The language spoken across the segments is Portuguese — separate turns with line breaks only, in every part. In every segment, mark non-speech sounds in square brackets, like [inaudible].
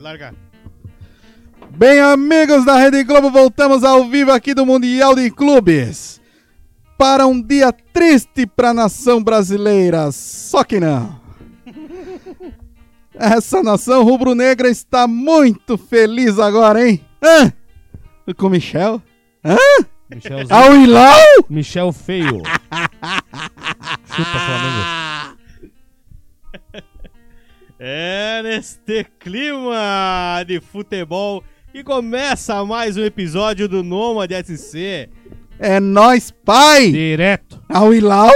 larga.
Bem, amigos da Rede Globo, voltamos ao vivo aqui do Mundial de Clubes. Para um dia triste para a nação brasileira, só que não. Essa nação rubro-negra está muito feliz agora, hein? Hã? Com o Michel? Hã?
Michelzinho.
Ao Ilau?
Michel feio. Chupa, Flamengo.
[laughs] É neste clima de futebol que começa mais um episódio do Nômade SC.
É nós, pai!
Direto.
Ao Ilau?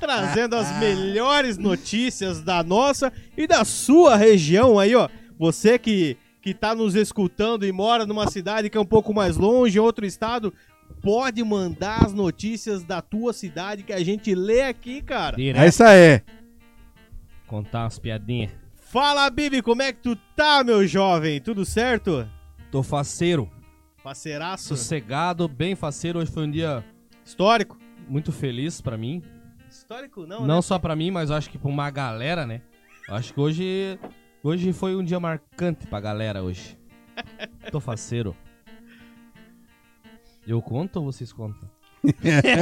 trazendo as melhores notícias da nossa e da sua região aí, ó. Você que, que tá nos escutando e mora numa cidade que é um pouco mais longe, outro estado, pode mandar as notícias da tua cidade que a gente lê aqui, cara.
É
Direto.
isso aí.
Contar umas piadinhas.
Fala, Bibi, como é que tu tá, meu jovem? Tudo certo?
Tô faceiro.
Parceiraço
Hum. Sossegado, bem faceiro. Hoje foi um dia
histórico.
muito feliz pra mim.
Histórico não,
Não, né? só pra mim, mas eu acho que pra uma galera, né? Eu acho que hoje. Hoje foi um dia marcante pra galera [laughs] hoje. Tô faceiro. Eu conto ou vocês contam?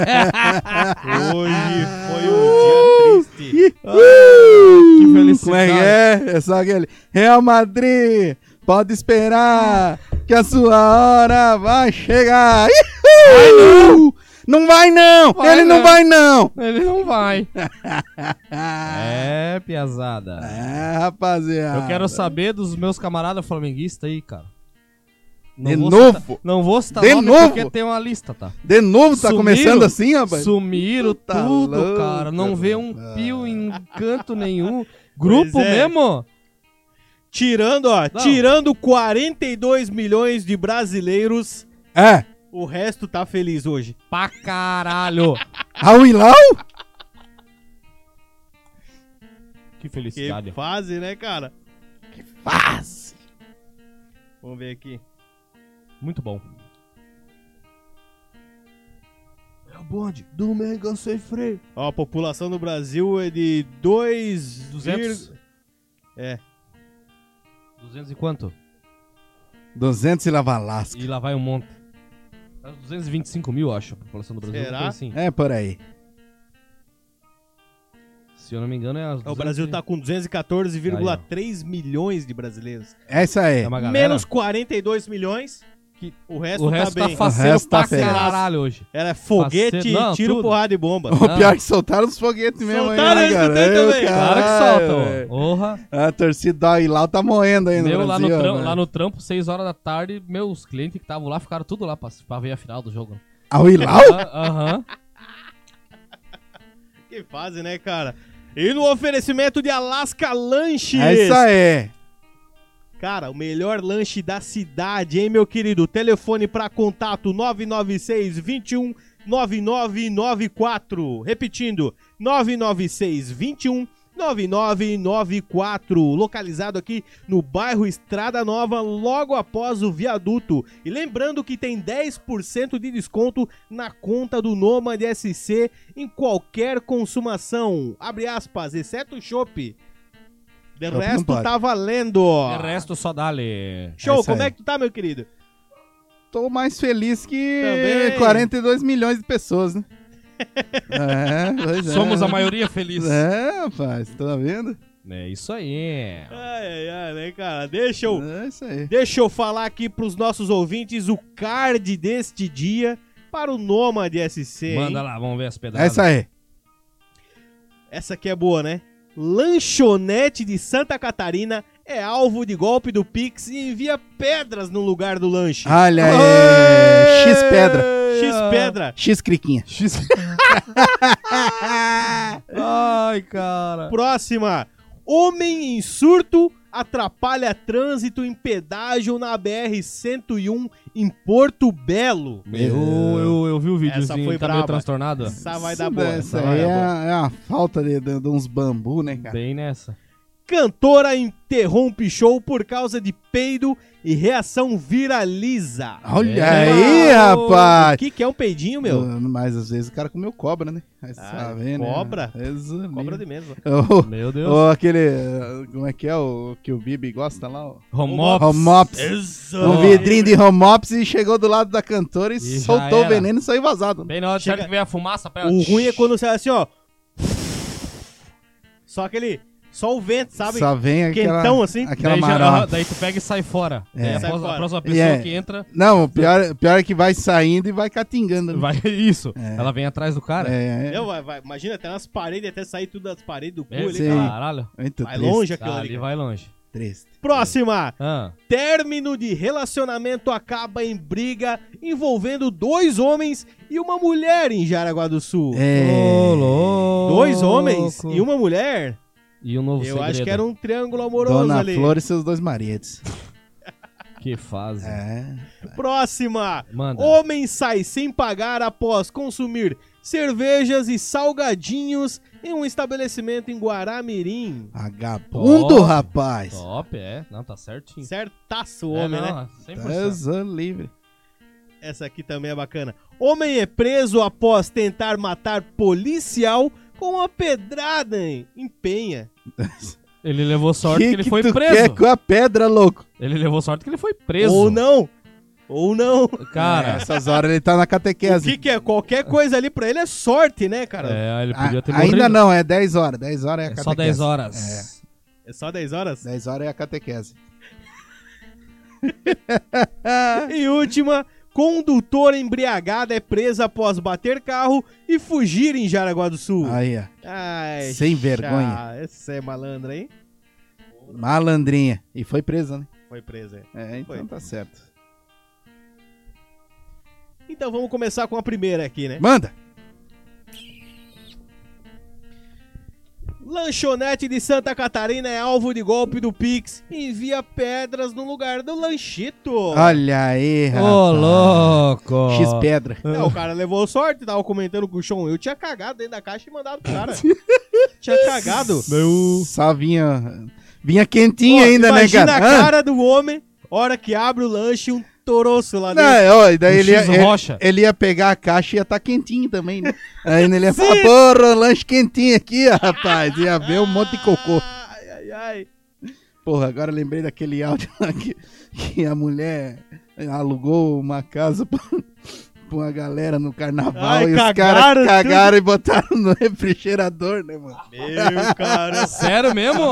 né? Hoje foi um dia triste.
Uh,
que felicidade.
Como é que é? É só aquele. Real Madrid, pode esperar que a sua hora vai chegar. Ihuuu! não. vai não!
Vai
Ele não,
não.
vai não!
Ele não vai.
Ah,
É, piazada.
é, rapaziada.
Eu quero saber dos meus camaradas flamenguistas aí, cara.
De
vou
novo?
citar- não vou citar
De
nome
novo?
porque tem uma lista, tá?
De novo, tá
Sumiram?
começando assim, rapaz?
Sumiram
Tá
tudo,
louco,
cara. Não vê um
cara.
pio em canto nenhum. Grupo
é.
mesmo?
Tirando, ó,
Não.
tirando 42 milhões de brasileiros,
É.
o resto tá feliz hoje.
Pra caralho.
Ao Ilau?
Que
Que
felicidade.
fase, né, cara?
Faz.
Vamos ver aqui.
Muito bom. É o bonde do Mega Sem Freio.
Ó, a população do Brasil é de 2...
200?
É.
200 e quanto?
200 e lava lasca.
E lá vai um monte. Tá 225 mil, eu acho, a população do Brasil.
Será?
alguma coisa Assim.
É por aí.
Se eu não me engano, é as
O Brasil
200 e-
tá com 214,3 milhões de brasileiros.
É isso aí.
É uma galera.
Menos 42 milhões, que
Que-
o resto,
o resto
tá
tá
bem.
faceiro
O resto tá
pra
feliz.
caralho hoje.
Era foguete,
Faceiro- não,
tiro,
tudo.
porrada e
[laughs]
bomba.
O
Não.
pior é que soltaram os foguetes mesmo
Soltaram
aí, né,
eles
cara?
também
Eu,
também.
Claro que
caralho,
solta,
Ah, velho.
ó. Porra.
A torcida da Ilau tá moendo aí no
Meu, lá no,
Brasil,
tram-
né?
lá no trampo, 6 horas da tarde, meus clientes que estavam lá ficaram tudo lá pra, pra ver a final do jogo.
Ao Ilau?
Ah, Aham.
Que fase, né, cara? E no oferecimento de Alaska Lanches.
É isso aí.
Cara, o melhor lanche da cidade, hein, meu querido? Telefone para contato 996 21 9994. Repetindo, 996 21 9994, localizado aqui no bairro Estrada Nova, logo após o viaduto. E lembrando que tem 10% de desconto na conta do Nomad SC em qualquer consumação, abre aspas, exceto chopp. De
Chopp não
resto
pode.
tá valendo.
O resto só dá-lhe.
Show,
É isso
como
aí.
é que tu tá, meu querido?
Tô mais feliz que
Também.
42 milhões de
[laughs]
pessoas, né? é, pois é.
Somos a maioria feliz. É,
É, rapaz, tá vendo?
isso aí.
Ai, ai, ai, né, cara? Deixa eu,
É isso aí.
deixa eu falar aqui pros nossos ouvintes o card deste dia para o Nomad SC. hein?
Manda lá, vamos ver as
É
pedradas.
isso aí.
Essa aqui é boa, né? Lanchonete de Santa Catarina é alvo de golpe do Pix e envia pedras no lugar do lanche.
Olha aí. X pedra.
X pedra.
X criquinha.
X...
[laughs]
Ai, cara.
Próxima. Homem em surto atrapalha trânsito em pedágio na BR-101 em Porto Belo.
Meu, eu, eu vi o videozinho,
Essa foi
ele tá
braba.
meio transtornado.
Essa Tá, vai
Isso
dar boa.
Isso
Vai
aí é,
dar
é uma falta de, de- de uns bambu, né, cara?
Bem nessa.
Cantora interrompe show por causa de peido e reação viraliza.
Olha aí,
É. O
rapaz!
que, que é um peidinho, meu?
Mas às vezes o cara comeu cobra, né? Aí você
Ah,
sabe, né?
cobra?
Exame.
Cobra de mesmo.
Ô,
Meu
ô,
Deus.
aquele. eh, Como é que é o que o Bibi gosta lá? ó?
Homops.
Homops.
É
Um
Ó.
vidrinho de homops e chegou do lado da cantora e,
E já
soltou o
era.
veneno e saiu vazado. né?
Bem na hora
Chega-
certa que vem a fumaça pra
O ruim é quando você é assim, ó. Só aquele. Só o vento, sabe?
Só vem aquela,
Quentão, assim.
aquela
daí, já-
marofa.
daí tu pega e sai fora.
É.
Daí a,
Sai
pós- a
fora.
próxima pessoa
é-
que entra [laughs]
Não, o pior, o pior é que vai saindo e vai catingando. né?
vai. Isso.
É.
Ela vem atrás do cara.
É, é,
Não, vai, vai. Imagina, até nas paredes, até sair tudo das paredes do cu
É,
ali.
sim.
cara.
Caralho.
muito
Vai
triste,
longe tá aquilo
Ah,
ali.
ali
cara.
vai longe.
triste.
Próxima.
Ah,
Término de relacionamento acaba em briga envolvendo dois homens e uma mulher em Jaraguá do Sul.
É.
Dois homens e uma mulher?
E um novo
Eu
segredo.
acho que era um triângulo amoroso
Dona
ali.
Flor e seus dois maridos.
Que fase.
É.
Próxima.
Manda.
Homem sai sem pagar após consumir cervejas e salgadinhos em um estabelecimento em Guaramirim.
Vagabundo,
Top.
rapaz.
Top, é. Não, tá certinho.
Certaço
É,
o homem, né?
né?
Deus o livre.
Essa aqui também é bacana. Homem é preso após tentar matar policial com uma pedrada em em Penha.
Ele levou sorte que, ele foi
tu
preso.
quer com a pedra, louco?
Ele levou sorte que ele foi preso.
Ou não. Ou não.
É,
Cara,
Essas horas ele tá na
O
catequese.
que, que é? Qualquer coisa ali pra ele é sorte, né, cara? É,
é, ele
A-
podia ter morrido.
ainda não, é 10 horas. 10 horas é a
É
catequese.
só 10
É.
horas.
É só 10 horas?
10 horas é a catequese.
E última, condutora embriagada é presa após bater carro e fugir em Jaraguá do
Uh.
Sul.
Aí, ó.
Ai,
Sem
chá,
vergonha.
Essa é malandra, hein?
Malandrinha. E foi presa, né?
Foi presa. é.
É, então
Foi.
tá certo.
Então vamos começar com a primeira aqui, né?
Manda!
Lanchonete de Santa Catarina é alvo de golpe do Pix. Envia pedras no lugar do lanchito.
Olha aí,
Ô,
rapaz.
louco.
X-pedra.
Não, É, o cara levou sorte, tava comentando com o Sean. Eu tinha cagado dentro da caixa e mandado pro
[laughs]
cara. tinha cagado.
Uh.
Meu... Só vinha... Vinha quentinho
Ó,
ainda, né,
imagina
cara?
a
Hã?
cara do homem, hora que abre o lanche, um toroço lá dentro.
Não, é, ó, e daí
Um
ele ia,
X
ele-
rocha.
ele ia pegar a caixa e ia estar quentinho também,
[laughs]
né? Aí ele ia falar, porra, lanche quentinho aqui, ó, rapaz. Ia ver um monte de cocô.
Ai, ai, ai.
Porra, agora eu lembrei daquele áudio [laughs] lá que, que a mulher alugou uma casa pra, pra uma galera no carnaval
Ai,
e os
cagaram Ah,
caras cagaram e botaram no refrigerador, né, mano?
Meu, [laughs] cara.
É Sério mesmo?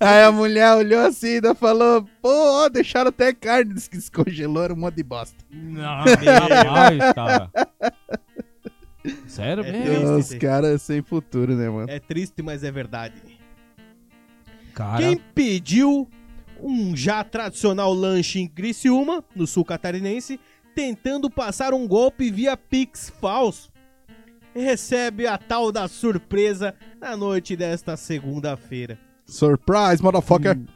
Aí a mulher olhou assim e ainda falou, pô, ó, deixaram até carne, disse que descongelou, era um monte de bosta.
não, rapaz, cara. Sério
É
mesmo?
triste,
os
sim.
caras sem futuro, né, mano?
É triste, mas é verdade.
Cara,
Quem pediu um já tradicional lanche em Criciúma, no sul catarinense, tentando passar um golpe via Pix falso, recebe a tal da surpresa na noite desta segunda-feira.
Surprise, motherfucker!
Hum.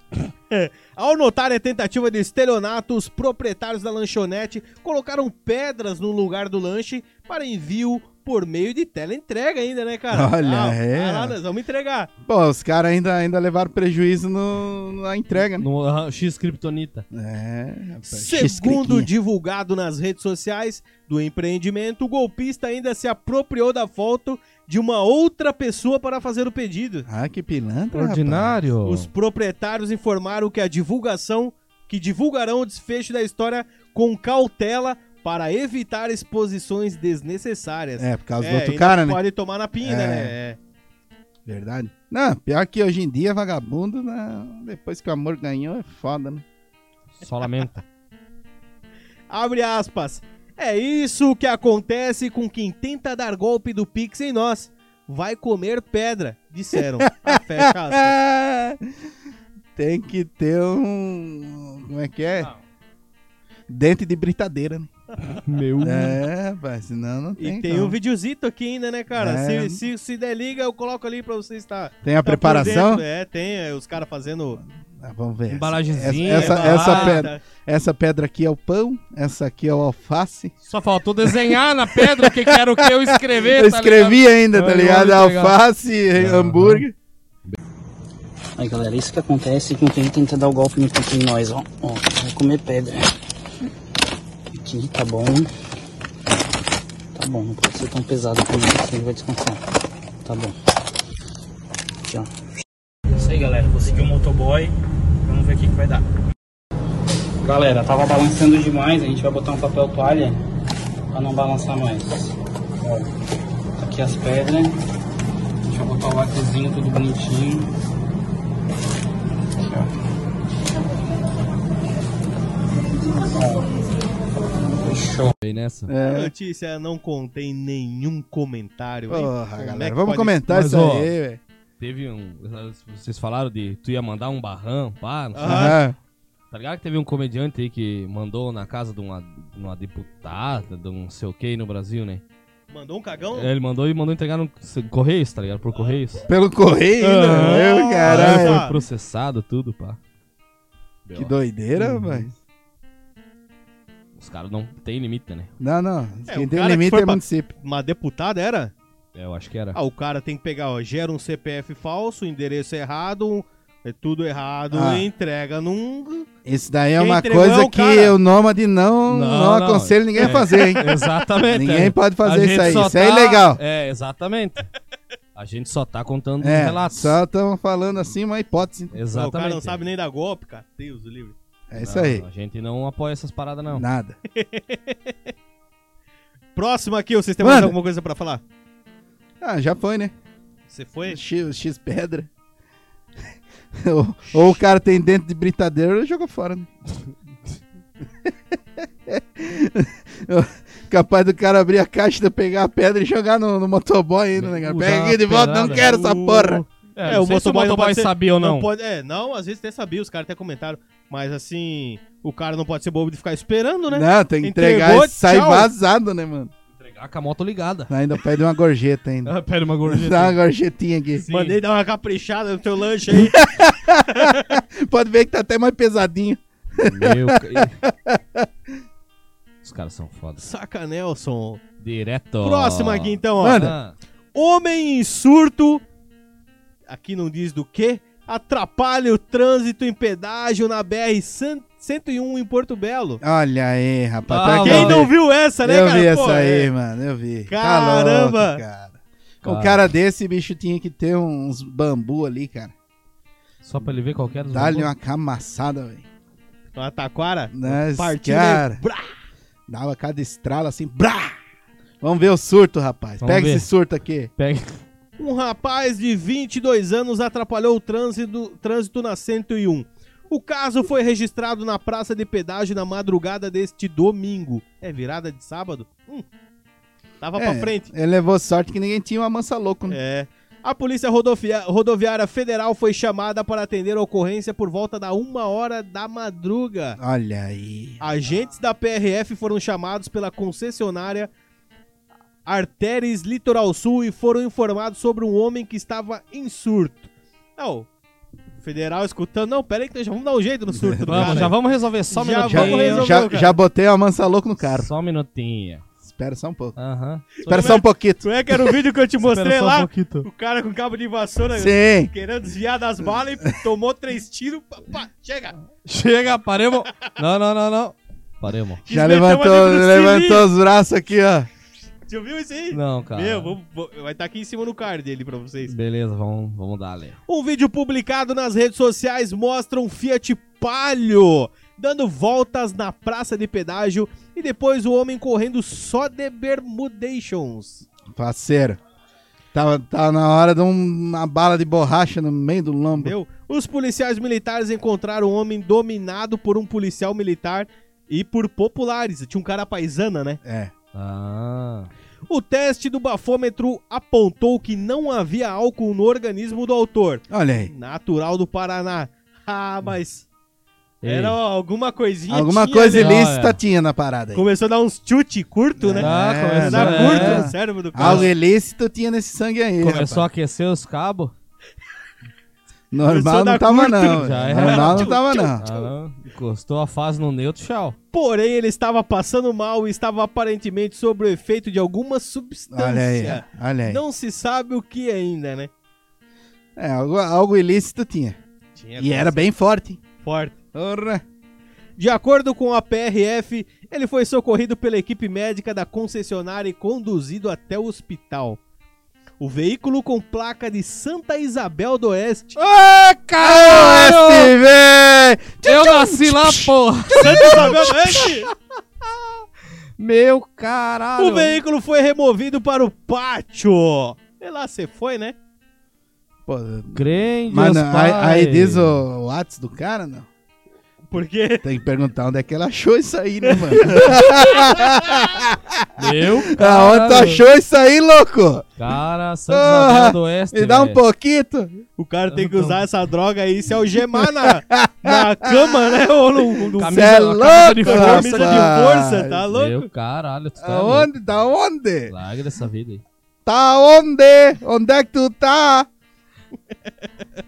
Ao notar a tentativa de estelionato, os proprietários da lanchonete colocaram pedras no lugar do lanche para envio por meio de teleentrega ainda, né, cara?
Olha,
ah,
é.
Ah, lá, nós vamos entregar.
Pô, os caras ainda, ainda levaram prejuízo no, na entrega, né?
no aham, X Kryptonita.
É, rapaz.
Hum. Segundo
X-criquinha.
divulgado nas redes sociais do empreendimento, o golpista ainda se apropriou da foto de uma outra pessoa para fazer o pedido.
Ah, que pilantra,
Ordinário.
Os proprietários informaram que a divulgação que divulgarão o desfecho da história com cautela para evitar exposições desnecessárias.
rapaz. É, por causa
É,
do outro
e
cara,
não
né?
Pode tomar na pinda,
É.
né? É.
Verdade. Não, pior que hoje em dia, vagabundo, né? depois que o amor ganhou, é foda, né?
Só lamenta.
Abre aspas. É isso que acontece com quem tenta dar golpe do Pix em nós. Vai comer pedra,
[laughs]
disseram. Ah, Fecha aspas.
Tem que ter um... Como é que é? Dente de britadeira, né?
Meu.
É, rapaz, senão não tem.
E tem
não.
um videozito aqui ainda, né, cara?
Então. É.
Se, se, se der liga, eu coloco ali pra você estar.
Tem a
tá por
preparação?
dentro. É, tem é, os caras fazendo. é,
Ah, vamos ver.
Embalagenzinha,
Essa, essa, essa,
embalagem.
pedra, essa pedra aqui é o pão, essa aqui é o alface.
Só faltou desenhar na pedra o que que era o que eu escrever.
Eu
tá
escrevi ainda, tá
Olha,
ligado?
olha que legal.
Alface, hambúrguer.
Aí galera, isso que acontece com quem tenta dar o golpe no tempo de nós, ó. Ó, vai comer pedra. Aqui, tá bom. Tá bom, não pode ser tão pesado comigo, senão ele vai descansar. Tá bom. Aqui, ó. Isso aí galera, vou seguir o um motoboy. Vamos ver o que, que vai dar. Galera, tava balançando demais, a gente vai botar um papel toalha pra não balançar mais. Ó, tá aqui as pedras. Deixa eu botar o lacrezinho tudo bonitinho. Aqui, ó. Ó, Fechou.
Bem nessa.
A
É.
notícia não contém nenhum comentário. hein? Como
Porra,
é
galera,
que
vamos
pode-
comentar
Mas,
isso
ó,
aí, velho.
Teve um. Vocês falaram de tu ia mandar um barrão, pá, não sei.
Ah.
Aham.
Tá ligado que teve um comediante aí que mandou na casa de uma, de uma deputada, de um não sei o que no Brasil, né?
Mandou um cagão?
Ele mandou e mandou entregar no Correios, tá ligado? Por Correios.
Pelo correio,
Ah.
meu caralho.
Aí
Nossa.
Foi processado tudo, pá.
Que
Uhum.
doideira, velho.
Os caras não tem limite, né?
Não, não.
É,
Quem
o
tem
cara que
limite
foi
é
pra-
município.
Uma deputada era?
Eu acho que era.
Ah, o cara tem que pegar, ó, gera um CPF falso, endereço errado, um- é tudo errado
Ah.
e entrega num.
Isso daí é
Quem
uma
entregou é
coisa
o
que
cara.
o Nômade não,
Não,
não,
não.
aconselho ninguém
É.
a fazer, hein?
[laughs] Exatamente.
Ninguém
é.
pode
A
fazer
gente
isso aí.
só
Isso é
tá-
ilegal.
É, exatamente. A gente só tá contando os
É,
relatos.
só estamos falando assim uma hipótese.
Não, o
Exatamente.
cara não sabe nem dar golpe, cara. Deus do livre.
É isso
Não,
aí.
A gente não apoia essas paradas, não.
Nada.
Próximo aqui, vocês têm mais
Manda.
alguma coisa pra falar?
Ah, já foi, né?
Você foi?
X, X pedra. [laughs] ou, ou o cara tem dente de britadeira e jogou fora, né? [laughs] Capaz do cara abrir a caixa, pegar a pedra e jogar no, no motoboy ainda, né, cara?
Usar
Pega
a
aqui de volta, não
pedrada.
quero essa
O-
porra.
É, não sei se
motoboy não pode ser-
sabia ou não.
pode- é, não, às vezes até sabia, os caras até comentaram. Mas assim, o cara não pode ser bobo de ficar esperando, né?
Não, tem que entregar
Entregou,
e sai
tchau.
vazado, né, mano?
Entregar com a moto ligada.
Ainda pede uma gorjeta ainda.
[laughs] Pera, uma
Dá uma gorjetinha aqui.
Ah, Sim.
Mandei dar uma caprichada no teu lanche aí. [laughs]
Pode ver que tá até mais pesadinho.
Meu. ca- Os caras são foda.
Saca, Nelson.
Direto.
Próximo aqui então, ó.
Manda.
Ah,
Homem em surto, aqui não diz do que, atrapalha o trânsito em pedágio na BR-101 em Porto Belo.
Olha aí, rapaz.
Ah,
pra
Não,
Quem
vê?
não viu essa, né,
eu
cara?
vi
Pô,
essa aí,
é.
mano. Eu vi.
Caramba!
Tá louco, cara. Com um cara desse, bicho, tinha que ter uns bambu ali, cara.
só pra ele ver qualquer dos
Dá-lhe
robôs.
uma camaçada, velho.
Uma taquara?
Mas,
tá, Partindo
cara.
aí, brá!
Dava cada estrala assim. Brá! Vamos ver o surto, rapaz.
Vamos
Pega
ver.
esse surto aqui.
Pega.
Um rapaz de 22 anos atrapalhou o trânsito, trânsito na 101. O caso foi registrado na praça de pedágio na madrugada deste domingo. É virada de sábado? Hum. Tava pra
É,
frente.
Ele levou sorte que ninguém tinha uma mansa louco. né?
É. A Polícia Rodovia- Rodoviária Federal foi chamada para atender a ocorrência por volta da uma hora da madruga.
Olha aí.
Agentes da PRF foram chamados pela concessionária Artéres Litoral Sul e foram informados sobre um homem que estava em surto. Não, o federal escutando. Não, pera aí que nós já vamos dar um jeito no surto do
Vamos,
cara.
já vamos resolver só um
Já
minutinho.
Já,
Ah, vamos resolver,
já,
cara.
já botei uma mansa louco no cara.
Só um minutinho.
Espera só um pouco.
Aham.
Espera só um pouquinho.
Tu é que era o vídeo que eu te mostrei
Espera só um
lá?
pouquinho.
o cara com cabo de vassoura
Sim.
querendo desviar das balas e tomou três tiros. pá, pá, chega!
Chega, paremos. Não, não, não, não. Paremos.
Já
Desmeteu
levantou,
ali pro Bruce Lee.
levantou tá. os braços aqui, ó.
Já viu isso aí?
Não, cara.
Meu, vou- vou- vai estar aqui em cima no card dele pra vocês.
Beleza, vamos, vamos dar ali.
Um vídeo publicado nas redes sociais mostra um Fiat Palio dando voltas na praça de pedágio e depois o homem correndo só de bermudations.
Parceiro. Tava, tava na hora de um- uma bala de borracha no meio do lombo.
Meu, os policiais militares encontraram o homem dominado por um policial militar e por populares. Tinha um cara paisana, né?
É.
Ah.
O teste do bafômetro apontou que não havia álcool no organismo do autor.
Olha aí.
Natural do Paraná. Ah, mas.
Ei.
Era alguma coisinha.
Alguma
tinha,
coisa
né?
né?
ilícita
Ah, é.
tinha na parada aí.
Começou a dar uns chute curto, né?
Ah,
É,
Começou a
começou,
dar
é.
curto né? no cérebro do cara.
Algo ilícito tinha nesse sangue aí.
Começou a
rapaz.
aquecer os cabos?
Normal
começou a
não
dar
tava,
curto,
não.
já
velho.
era.
Normal não
Tchau,
tava, não.
Ah, não. Encostou a fase no neutro, tchau.
Porém, ele estava passando mal e estava aparentemente sob o efeito de alguma substância.
Olha aí. Olha aí.
Não se sabe o que ainda, né?
É, algo, algo ilícito tinha.
Tinha
e era bem forte.
forte.
Ora.
De acordo com a PRF, ele foi socorrido pela equipe médica da concessionária e conduzido até o hospital. O veículo com placa de Santa Isabel do Oeste. É,
Ô,
caralho!
caralho!
Eu nasci lá, porra!
Santa Isabel do Oeste?
Meu caralho!
O veículo foi removido para o pátio. Sei lá, você foi, né?
Pô,
Grande,
mas não, aí, aí diz o Whats do cara, não.
Porque
Tem que perguntar onde é que ele achou isso aí, né, mano?
[laughs]
Ah,
Meu
Aonde tu
caralho.
achou isso aí, louco?
Cara, Santos Isabel do Oeste,
Me dá um
velho.
pouquinho.
o cara tem
Então.
que usar essa droga aí se algemar na, na cama, né? Ou no, no
Cê
Camisa-
é
camisa
louco,
de
na camisa de
rapaz.
força, tá louco?
Meu caralho, tu tá louco.
Aonde? Da onde?
Larga dessa vida aí.
Tá onde? Onde é que tu tá?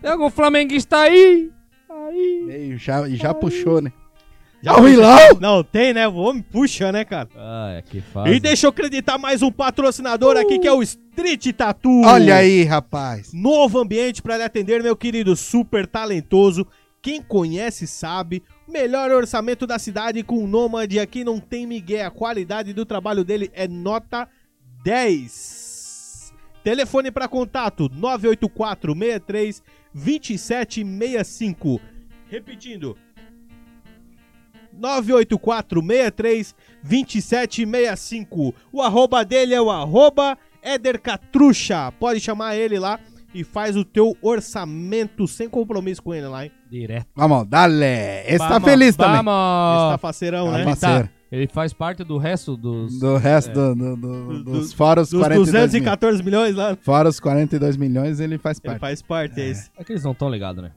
Tem algum flamenguista aí? Aí.
E já, e já puxou, né?
Já
Ah, o
puxa-
Hilal?
Não, tem, né? O homem puxa, né, cara?
Ai, Ah, é que
E
fase.
deixa eu acreditar mais um patrocinador aqui que é o Street Tattoo.
Olha aí, rapaz.
Novo ambiente para lhe atender, meu querido super talentoso. Quem conhece sabe. Melhor orçamento da cidade com o Nômade. Aqui não tem migué. A qualidade do trabalho dele é nota 10. Telefone para contato 984 63 2765. Repetindo. 984 63 2765. O arroba dele é o arroba Éder Catrucha. Pode chamar ele lá e faz o teu orçamento sem compromisso com ele lá, hein?
Direto.
Vamos, dale. Esse tá
Vamos,
feliz também.
Esse tá
Vamos.
faceirão,
Tá
né?
faceiro. parceiro.
Ele faz parte do resto dos...
Do resto do- do-
Do-
do- dos fora os
Dos
42 milhões.
214 milhões lá,
Fora os 42 milhões, ele faz
ele
parte.
faz parte, é. esse.
É que eles não tão ligados, né?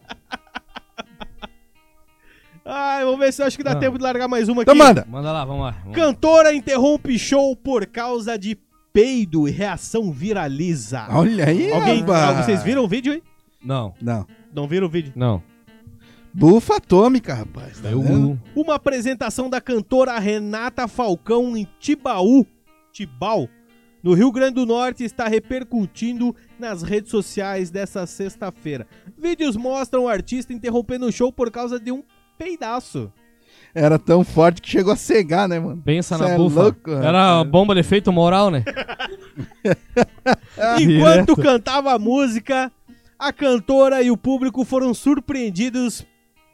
Ai, vamos ver se eu acho que dá
Não.
tempo de largar mais uma aqui.
Ah. Então manda.
Manda lá, vamos lá. Vamos.
Cantora interrompe show por causa de peido e reação viraliza.
Olha aí,
Alguém,
rapaz.
ah, vocês viram o vídeo aí?
Não,
Não.
Não viram o vídeo?
não. É
Bufa atômica, rapaz. Tá
Eu...
vendo?
Uma apresentação da cantora Renata Falcão em Tibaú, Tibau, no Rio Grande do Norte, está repercutindo nas redes sociais dessa sexta-feira. Vídeos mostram o artista interrompendo o show por causa de um peidaço.
Era tão forte que chegou a cegar, né, mano?
Pensa
Cê
na
é
bufa.
louco,
Era uma bomba de efeito moral, né?
Enquanto cantava a música, a cantora e o público foram surpreendidos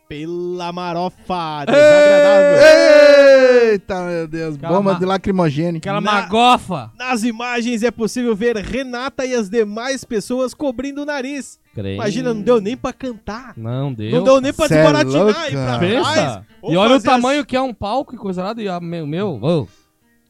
pela marofa desagradável.
Eita, meu Deus.
Aquela
Bomba
ma-
de lacrimogênio.
Aquela
Na-
magofa.
Nas imagens é possível ver Renata e as demais pessoas cobrindo o nariz.
Creio.
Imagina, não deu nem pra cantar.
Não deu.
não deu nem pra
Cê é
desbaratinar
louca.
e pra trás.
Pensa.
ou
E olha o
fazer as-
tamanho que é um palco e coisa nada. E a, meu, meu ô.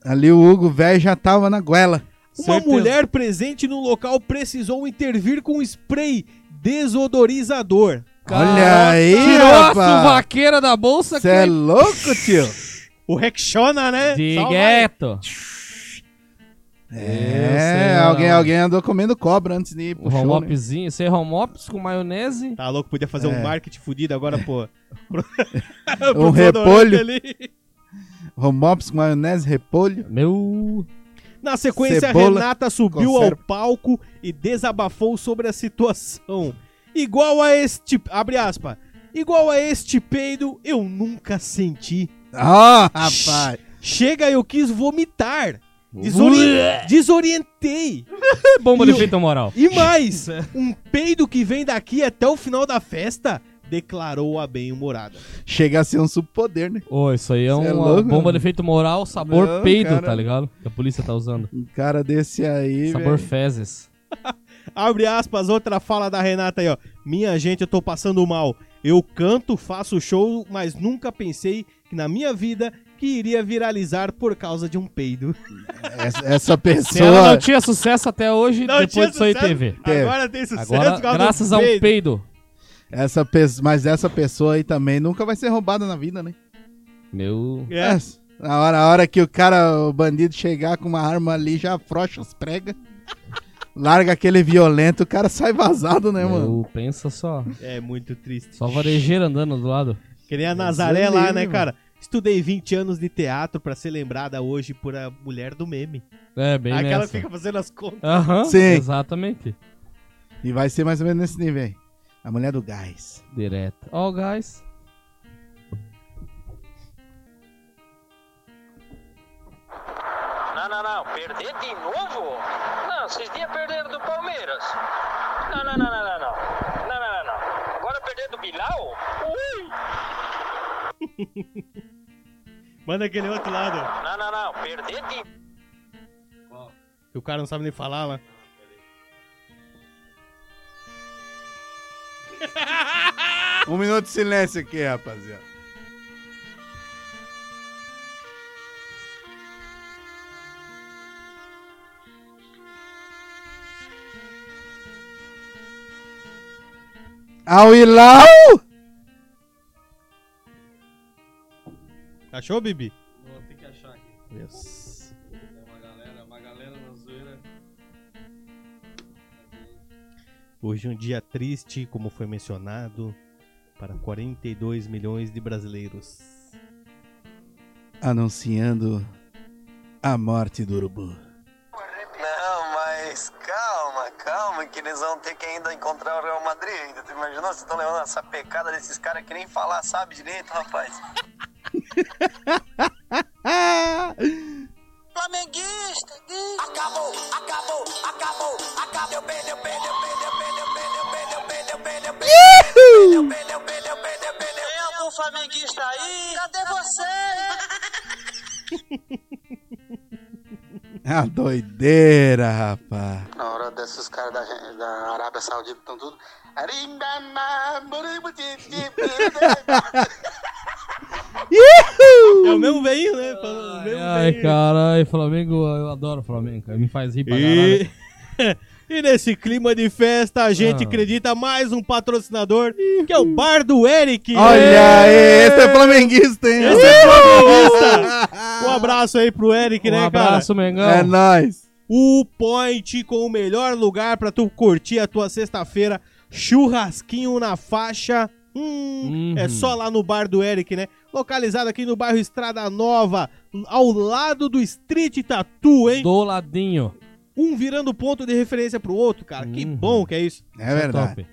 Ali o Hugo velho já tava na goela.
Uma
Certeza.
mulher presente no local precisou intervir com spray desodorizador.
Olha aí,
Tirou a
rapaz.
suvaqueira da bolsa
Você é
que...
louco, tio?
O Rexona, né? Salva aí.
Direto. sei
É,
lá,
alguém,
mano.
alguém andou comendo cobra antes de ir
O
pro
home
show, né?
opzinho. Sem home ops com maionese.
Tá louco, podia fazer um
É.
marketing fudido agora, [laughs] pô.
Um repolho.
Ali.
Romops, maionese, repolho.
Meu...
Na sequência,
Cebola,
Renata subiu ao
conserva.
palco e desabafou sobre a situação. Igual a este... Abre aspas. Igual a este peido, eu nunca senti.
Ah, rapaz.
Chega, eu quis vomitar. Desori- Desorientei.
É Bomba
E
de
o-
efeito moral.
E mais, um peido que vem daqui até o final da festa, declarou a bem-humorada.
Chega a ser um superpoder, né?
Ô, isso aí é
Cê
uma
é louco,
bomba
mano.
de efeito moral, sabor
Não,
peido,
cara.
tá ligado? Que a polícia tá usando.
Um cara desse aí,
sabor
velho.
fezes.
Abre aspas, outra fala da Renata aí, ó. Minha gente, eu tô passando mal. Eu canto, faço show, mas nunca pensei que na minha vida que iria viralizar por causa de um peido.
Essa, essa
[laughs] Se ela
pessoa...
não tinha sucesso até hoje, depois disso aí teve.
Agora tem sucesso.
é
Agora,
por causa
graças
do
a um peido.
Essa pe- Mas essa pessoa aí também nunca vai ser roubada na vida, né?
Meu.
É.
Na hora, a hora que o cara, o bandido chegar com uma arma ali, já afrouxa os prega. larga aquele violento, o cara sai vazado, né,
meu,
mano?
pensa só.
é muito triste.
Só varejeira andando do lado.
Que
É
nem a Nazaré lá, né,
livre,
cara? Estudei 20 anos de teatro pra ser lembrada hoje por a mulher do meme.
É, bem
Aquela
nessa.
que fica fazendo as contas.
Aham,
Sim.
exatamente.
E vai ser mais ou menos nesse nível aí. A mulher do gás.
Direto. Ó, guys.
Não, não, não. Perder de novo? Não, esses dias perderam do Palmeiras. Não, não, não, não, não, não. Não, não, não, não. Agora perder do Bilal? Ui!
Manda aquele outro lado,
Não, não, não. Perder de
que o cara não sabe nem falar lá.
Um minuto de silêncio aqui, rapaziada. Ao Ilau!
Achou, Bibi?
Vou ter que achar aqui.
Yes.
É uma galera, uma galera na zoeira.
Hoje é um dia triste, como foi mencionado, para 42 milhões de brasileiros.
Anunciando a morte do urubu.
Não, mas calma, calma, que eles vão ter que ainda encontrar o Real Madrid ainda. Tu imaginou? Vocês estão levando essa pecada desses caras que nem falar sabe direito, rapaz.
Ah!
[laughs] Flamenguista, diz. Acabou, acabou, acabou, acabou. Perdeu, perdeu, perdeu, perdeu, perdeu, perdeu, perdeu, perdeu, perdeu, perdeu, perdeu, perdeu, perdeu, perdeu.
Tem algum flamenguista aí?
Cadê você?
A doideira, rapaz.
Na hora desses caras da, da Arábia Saudita estão tudo.
É o mesmo veinho, né? Falando o
Ai,
mesmo
ai
veinho.
caralho, Flamengo, eu adoro o Flamengo, cara. Me faz rir pra caralho.
E... [laughs] E nesse clima de festa, a gente
Ah.
acredita mais um patrocinador, que é o Bar do Eric.
Olha aí, esse é flamenguista, hein?
Esse é flamenguista. Um abraço aí pro Eric,
Um
né,
abraço, Mengão.
É nóis.
O Point com o melhor lugar pra tu curtir a tua sexta-feira. Churrasquinho na faixa. Hum,
Uhum.
É só lá no bar do Eric, né? Localizado aqui no bairro Estrada Nova, ao lado do Street Tattoo, hein?
Do ladinho.
Um virando ponto de referência pro outro, cara. Que
Uhum.
bom que é isso.
É verdade.
Top.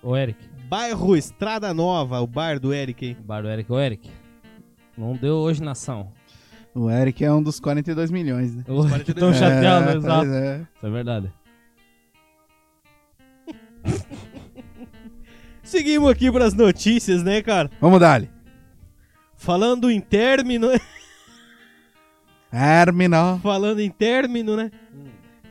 Ô, Eric.
Bairro Estrada Nova, o bar do Eric, hein?
Bar do Eric. Ô, Eric. Não deu hoje nação.
O Eric é um dos 42 milhões, né?
Ô, [laughs] Tão chateado,
É,
exato.
pois é.
Isso é verdade.
Seguimos aqui pras notícias, né, cara?
Vamos dali.
Falando em término, né?
Terminal.
[laughs] Falando em término, né?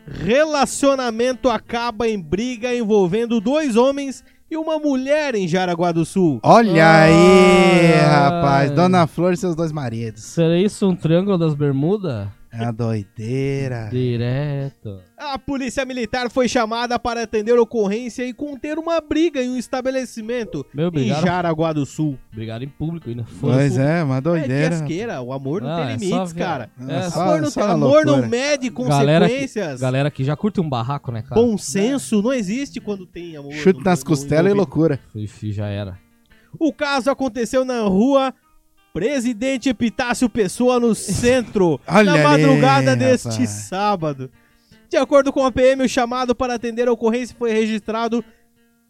Relacionamento acaba em briga envolvendo dois homens e uma mulher em Jaraguá do Sul.
Olha aí,
Ai.
rapaz. Dona Flor e seus dois maridos.
Será isso um triângulo das bermudas?
É uma doideira.
Direto.
A polícia militar foi chamada para atender ocorrência e conter uma briga em um estabelecimento
Meu,
em
obrigado.
Jaraguá do Sul.
Obrigado em público ainda.
Pois é, uma
É
doideira.
casqueira, o amor não
Ah,
tem
é só
limites,
ver-
cara.
É,
Ah,
só-
amor não,
só
tem-
uma
amor não
loucura.
mede
Galera que-
consequências.
Galera que já curte um barraco, né, cara?
Bom senso não existe quando tem amor.
Chute
no-
nas
no
costelas e
envolvido.
loucura.
Ixi, já era.
O caso aconteceu na rua Presidente Epitácio Pessoa, no centro,
[laughs] Olha
na
ali,
madrugada deste
rapaz.
sábado. De acordo com a PM, o chamado para atender a ocorrência foi registrado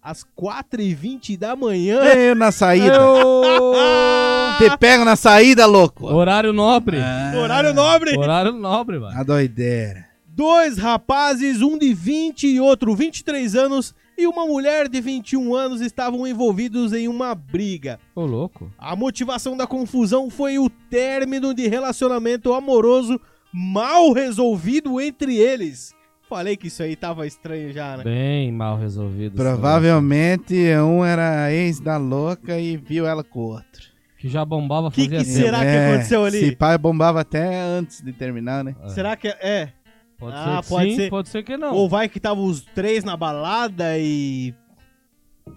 às 4h20 da manhã.
Eu na saída.
Ah,
Te pego na saída, louco.
Horário nobre.
É.
É.
Horário nobre!
Horário nobre, mano.
A doideira.
Dois rapazes, um de 20 e outro 23 anos, e uma mulher de 21 anos estavam envolvidos em uma briga.
Ô, louco.
A motivação da confusão foi o término de relacionamento amoroso mal resolvido entre eles. Falei que isso aí tava estranho já, né?
Bem mal resolvido. esse
Provavelmente um era ex da louca e viu ela com o outro. É,
negócio. Que já bombava
Que
fazia
que
tempo.
Será que aconteceu ali?
Se pai bombava até antes de terminar, né?
É.
Será que é?
Pode
Ah,
ser que
pode
sim,
ser.
pode ser que não.
Ou vai que tava os três na balada e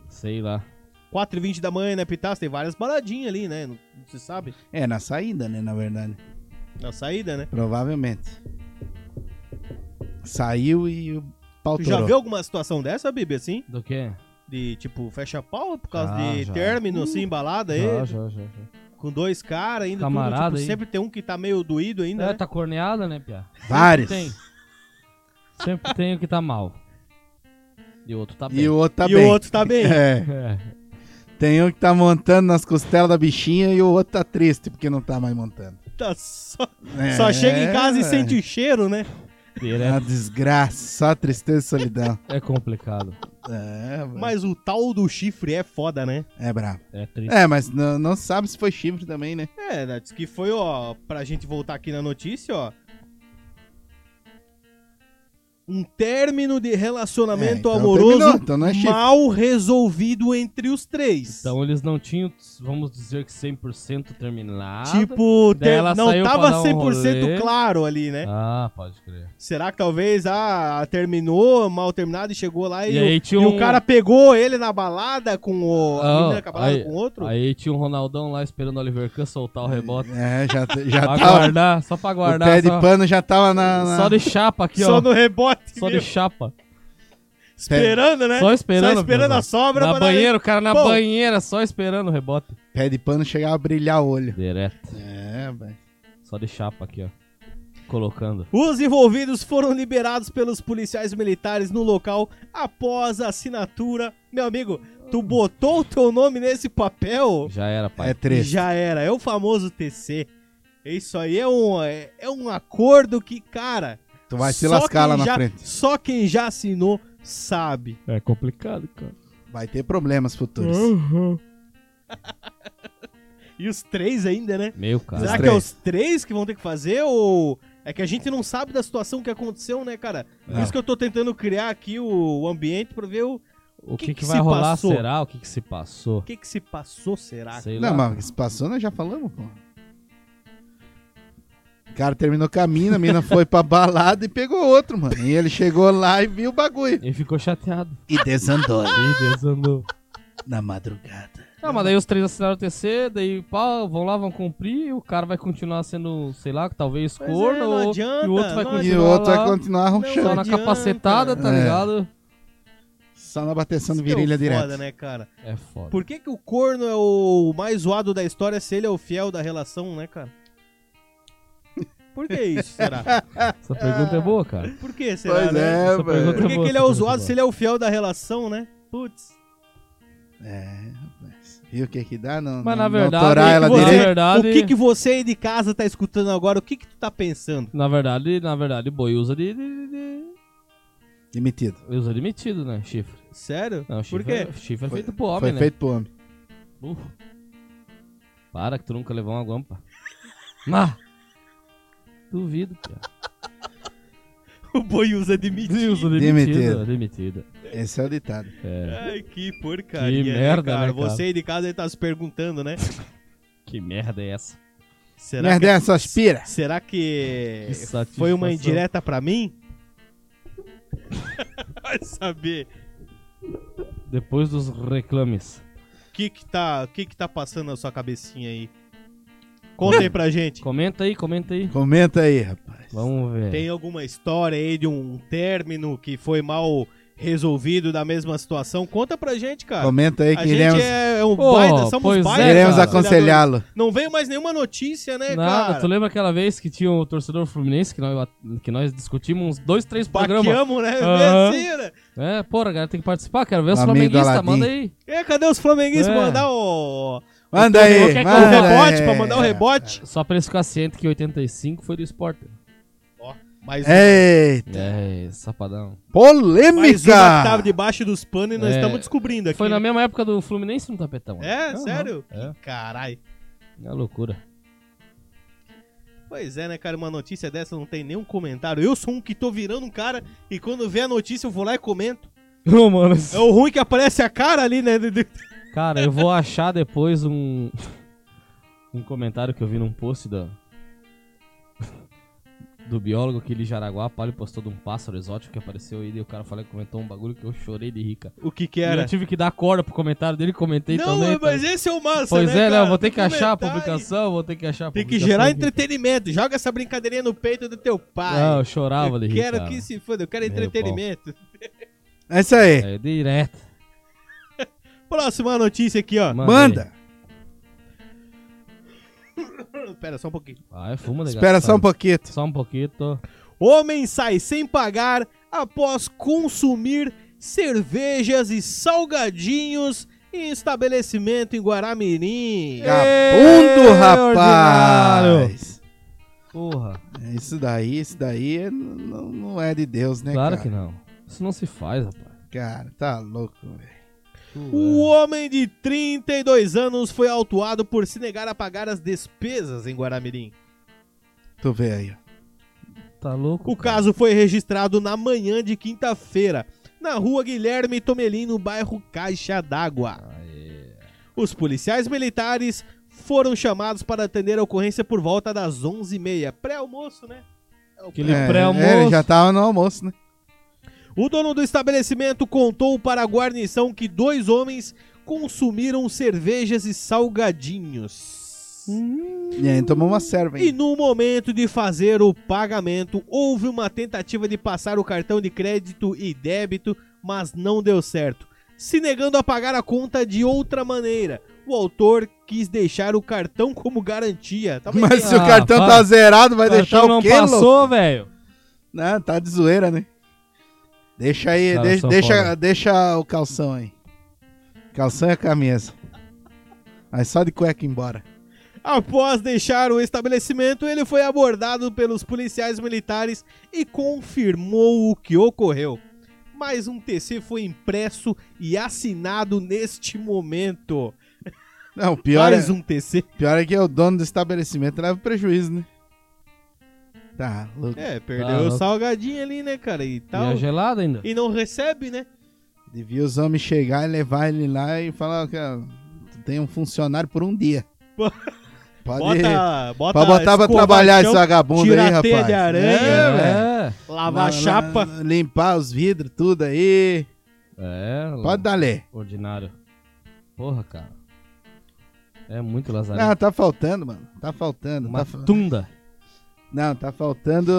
Sei lá.
4 e 20 da manhã na Pitácio tem várias baladinhas ali, né? Não, não se sabe.
É, na saída, né, na verdade.
Na saída, né?
Provavelmente. Saiu e o pau
Tu já
torou.
viu alguma situação dessa, Bibi, assim?
Do quê?
De tipo, fecha pau por causa
Já,
de
já. Uh,
término, assim, balada aí?
Já, já, já. já.
Com dois caras ainda. tudo,
Camarada
tipo,
aí.
sempre tem um que tá meio doído ainda.
É,
né?
tá corneada, né, Pia?
Vários.
Sempre tem. Sempre tem o que tá mal. tá E o outro tá bem.
E o outro tá
e
bem.
o outro tá bem.
É.
[laughs] É.
Tem um que tá montando nas costelas da bichinha e o outro tá triste porque não tá mais montando.
Tá só,
É.
só chega em casa e sente o cheiro, né?
É
Direto.
uma desgraça, só tristeza e solidão.
[laughs]
É complicado.
É, mas...
Mas o tal do chifre é foda, né?
é brabo.
É triste.
É, mas não, não sabe se foi chifre também, né?
É, né, diz que foi, ó, pra gente voltar aqui na notícia, ó. Um término de relacionamento
É, então
amoroso
terminou, então não é chifre.
mal resolvido entre os três.
Então eles não tinham, vamos dizer que 100% terminado.
tipo,
daí
ter-
ela
não
saiu pra
tava
dar um
100%
rolê.
claro ali, né?
Ah, pode crer.
Será que talvez ah, terminou, mal terminado e chegou lá e,
E
o,
aí tinha
e o
um-
cara pegou ele na balada com o a
Ah,
menina com a balada
aí-
com outro?
Aí tinha um Ronaldão lá esperando o Oliver Kahn soltar o rebote.
É, já, já
Pra
tava.
guardar, só pra
O
guardar.
pé de
só,
pano já tava na. na-
só de chapa aqui,
só
ó.
no rebote,
Só de
mesmo.
chapa.
esperando, né?
É, Só esperando.
Só esperando a
meu
sobra
Na
pra dar-
banheira, o cara na
Pô.
banheira, só esperando o rebote.
Pé de pano chegava a brilhar o olho.
Direto.
É, velho.
Só de chapa aqui, ó. Colocando.
Os envolvidos foram liberados pelos policiais militares no local após a assinatura. Meu amigo, tu botou o teu nome nesse papel?
Já era, pai.
É triste.
Já era, é o famoso TC. Isso aí é um, é, é um acordo que, cara.
Tu vai se
só
lascar
quem
lá na
já-
frente.
Só quem já assinou sabe.
É complicado, cara.
Vai ter problemas futuros.
[laughs] E os três ainda, né?
Meu cara.
Será
Tá. Os
que é
três.
os três que vão ter que fazer ou. É que a gente não sabe da situação que aconteceu, né, cara? Por
Não.
isso que eu tô tentando criar aqui o, o ambiente pra ver o
O que,
que
que,
que
vai
se
rolar?
passou?
Será? O que, que se passou?
o que que se passou, será?
Sei
Não,
lá.
mas se passou, nós já falamos, pô. O cara terminou com a mina, a mina foi pra balada e pegou outro, mano. E ele chegou lá e viu o bagulho.
Ele ficou chateado.
E desandou
Ih, desandou.
na madrugada.
Ah! Não, mas daí os três assinaram o TC, daí pá, vão lá, vão cumprir, o cara vai continuar sendo, sei lá, talvez
Pois é,
corno,
não
ou-
adianta,
e o outro vai
não
E
continuar
o outro
lá,
vai continuar
Não,
só
arrochando.
na
adianta.
capacetada, tá
É.
ligado?
Só na bateção de
Isso que é o
virilha
Foda,
direto.
né, cara?
É foda.
Por que, que o corno é o mais zoado da história se ele é o fiel da relação, né, cara? Por que isso, será?
Essa pergunta é boa, cara.
Por
[laughs]
que será?
Pois
né?
é,
Essa pergunta
velho.
Por que,
boa,
que ele é
essa
o zoado
pergunta
se ele é o fiel da relação, né? Putz.
É, rapaz. Viu o que que dá? Não,
Mas
não-
na
não
verdade,
torar
é que
ela
você-
direito.
O
verdade-
que, que você aí de casa tá escutando agora? O que, que tu tá pensando?
Na verdade, na verdade, boi usa de, de, de-
Demitido.
usa de metido, né? Chifre.
Sério?
Não,
Por
chifre,
quê?
É, chifre é
Foi-
feito pro homem,
Foi
né?
feito pro homem.
Uf. Para que tu nunca levou uma guampa. Mas, duvido, cara.
[laughs]
é-
O boi usa de mim.
Usa de
Demitido.
metido, de metido.
Esse é o ditado.
É,
Ai, que porcaria.
Que
né,
merda,
cara?
né, cara?
Você aí de casa aí tá se perguntando, né?
que merda é essa?
Será
Merda
que,
é essas pira.
[laughs] será que
Que satisfação.
É, foi uma indireta pra mim?
[laughs]
Vai saber.
Depois dos reclames.
O que que tá, que que tá passando na sua cabecinha aí? Conta aí pra gente.
Comenta aí, comenta aí.
Comenta aí, rapaz.
Vamos ver.
Tem alguma história aí de um término que foi mal resolvido da mesma situação? Conta pra gente, cara.
Comenta aí
Ah, A
que
gente
iremos,
é um
Pô,
baita, somos
pois
baita.
é,
iremos
cara.
aconselhá-lo.
Não veio mais nenhuma notícia, né,
Nada, tu
cara?
lembra aquela vez que tinha o torcedor fluminense que nós, que nós discutimos uns dois, três programas?
Baqueamos, né?
Aham.
Mentira.
É, porra, galera, tem que participar, quero ver os
Amigo
flamenguistas,
Aladim.
manda aí.
É, cadê os flamenguistas
É.
mandar o,
Manda
Qualquer
aí,
coisa,
o
manda
rebote?
aí.
Pra mandar o rebote?
Só pra eles ficarem cientes que 85 foi do Sport.
Mais,
Eita,
É,
uma,
sapadão.
mais uma que tava
polêmica!
debaixo dos panos e nós
É.
estamos descobrindo aqui.
Foi na
né?
mesma época do Fluminense no tapetão. né?
É,
Aham.
sério?
É,
Caralho. [laughs]
é loucura.
Pois é, né, cara? Uma notícia dessa não tem nenhum comentário. Eu sou um que tô virando um cara e quando vê a notícia eu vou lá e comento.
Ô, mano.
É o ruim que aparece a cara ali, né? de- de-
Cara, eu vou achar depois um. [laughs] Um comentário que eu vi num post da. [laughs] Do biólogo que ele Jaraguá, Palio postou de um pássaro exótico que apareceu aí, e o cara falou que comentou um bagulho que eu chorei de rica.
O que que
E
era?
eu tive que dar corda pro comentário dele, comentei
não,
também. tá?
mas esse é o massa,
pois
né,
é,
cara?
né? Eu vou ter que achar a
Comentar e-
publicação, vou ter que achar a
Tem que
publicação
gerar
aqui.
entretenimento. Joga essa brincadeirinha no peito do teu pai.
Não, eu chorava de
eu
rica.
quero que se foda, eu quero
Meu
entretenimento.
É isso aí,
É direto.
Próxima notícia aqui, ó.
manda!
Pera só um pouquinho.
Vai, fuma, negado,
Espera só
sabe?
um pouquinho.
Só um pouquinho.
Homem sai sem pagar após consumir cervejas e salgadinhos em estabelecimento em Guaramirim.
Vagabundo,
Ê,
rapaz!
Porra,
Isso daí, isso daí é- não, não é de Deus, né,
claro
cara?
que não. Isso não se faz, rapaz.
Cara, tá louco, velho.
O homem de 32 anos foi autuado por se negar a pagar as despesas em Guaramirim.
Tu vê aí, ó.
Tá louco?
O
cara?
caso foi registrado na manhã de quinta-feira, na rua Guilherme Tomelin, no bairro Caixa d'Água.
Aê.
Os policiais militares foram chamados para atender a ocorrência por volta das 11h30, pré-almoço, né? É o
Aquele
É,
pré-almoço.
é, ele já tava no almoço, né?
O dono do estabelecimento contou para a guarnição que dois homens consumiram cervejas e salgadinhos.
E aí tomou uma serva,
E
hein?
no momento de fazer o pagamento, houve uma tentativa de passar o cartão de crédito e débito, mas não deu certo. Se negando a pagar a conta de outra maneira, o autor quis deixar o cartão como garantia. Talvez
Mas se o
Ah,
cartão
para.
tá zerado, vai
Cartão
deixar o
não
quê, louco?
passou, velho.
Não, tá de zoeira, né? Deixa aí,
Cara,
deixa,
sou
deixa,
foda.
deixa o calção aí. Calção e a camisa. Mas só de cueca embora.
Após deixar o estabelecimento, ele foi abordado pelos policiais militares e confirmou o que ocorreu. Mais um TC foi impresso e assinado neste momento.
Não, o pior, é,
Mais um TC.
pior é que o dono do estabelecimento leva prejuízo, né? Tá, louco.
É, perdeu
Tá
o
louco.
salgadinho ali, né, cara? E
E
Tá
tal.
é gelado ainda.
E não recebe, né?
Devia os homens chegar e levar ele lá e falar que ó, tu tem um funcionário por um dia.
Pô,
Pode
Bota, bota
pra botar pra
tá escova
trabalhar
no chão,
esse vagabundo aí,
tira a
rapaz.
teia de aranha, né?
É, velho.
Lavar a
Lá-
chapa.
lá- Limpar os vidros, tudo aí.
É, é.
Pode dar lé.
Ordinário. Porra, cara. É muito lazarento.
Não, tá faltando, mano. Tá faltando.
Uma
Tá fa-
tunda.
Não, tá faltando.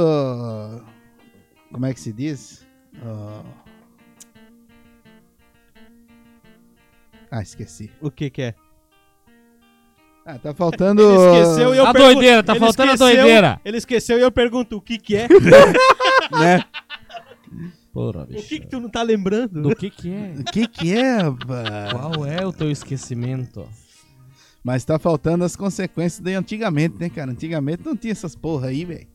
Como é que se diz? Ó. Ah, esqueci.
O que que é?
Ah, tá
[laughs]
faltando.
Ele esqueceu e eu
A
pergunto-
doideira, tá
ele
faltando a
esqueceu-
doideira.
Ele esqueceu e eu pergunto o que que
[laughs]
é?
né?
Porra,
o
bicho.
que que tu não tá lembrando?
Do que que é?
O que que é, rapaz?
Qual é o teu esquecimento?
Mas tá faltando as consequências de antigamente, né, cara? Antigamente não tinha essas porra aí, velho.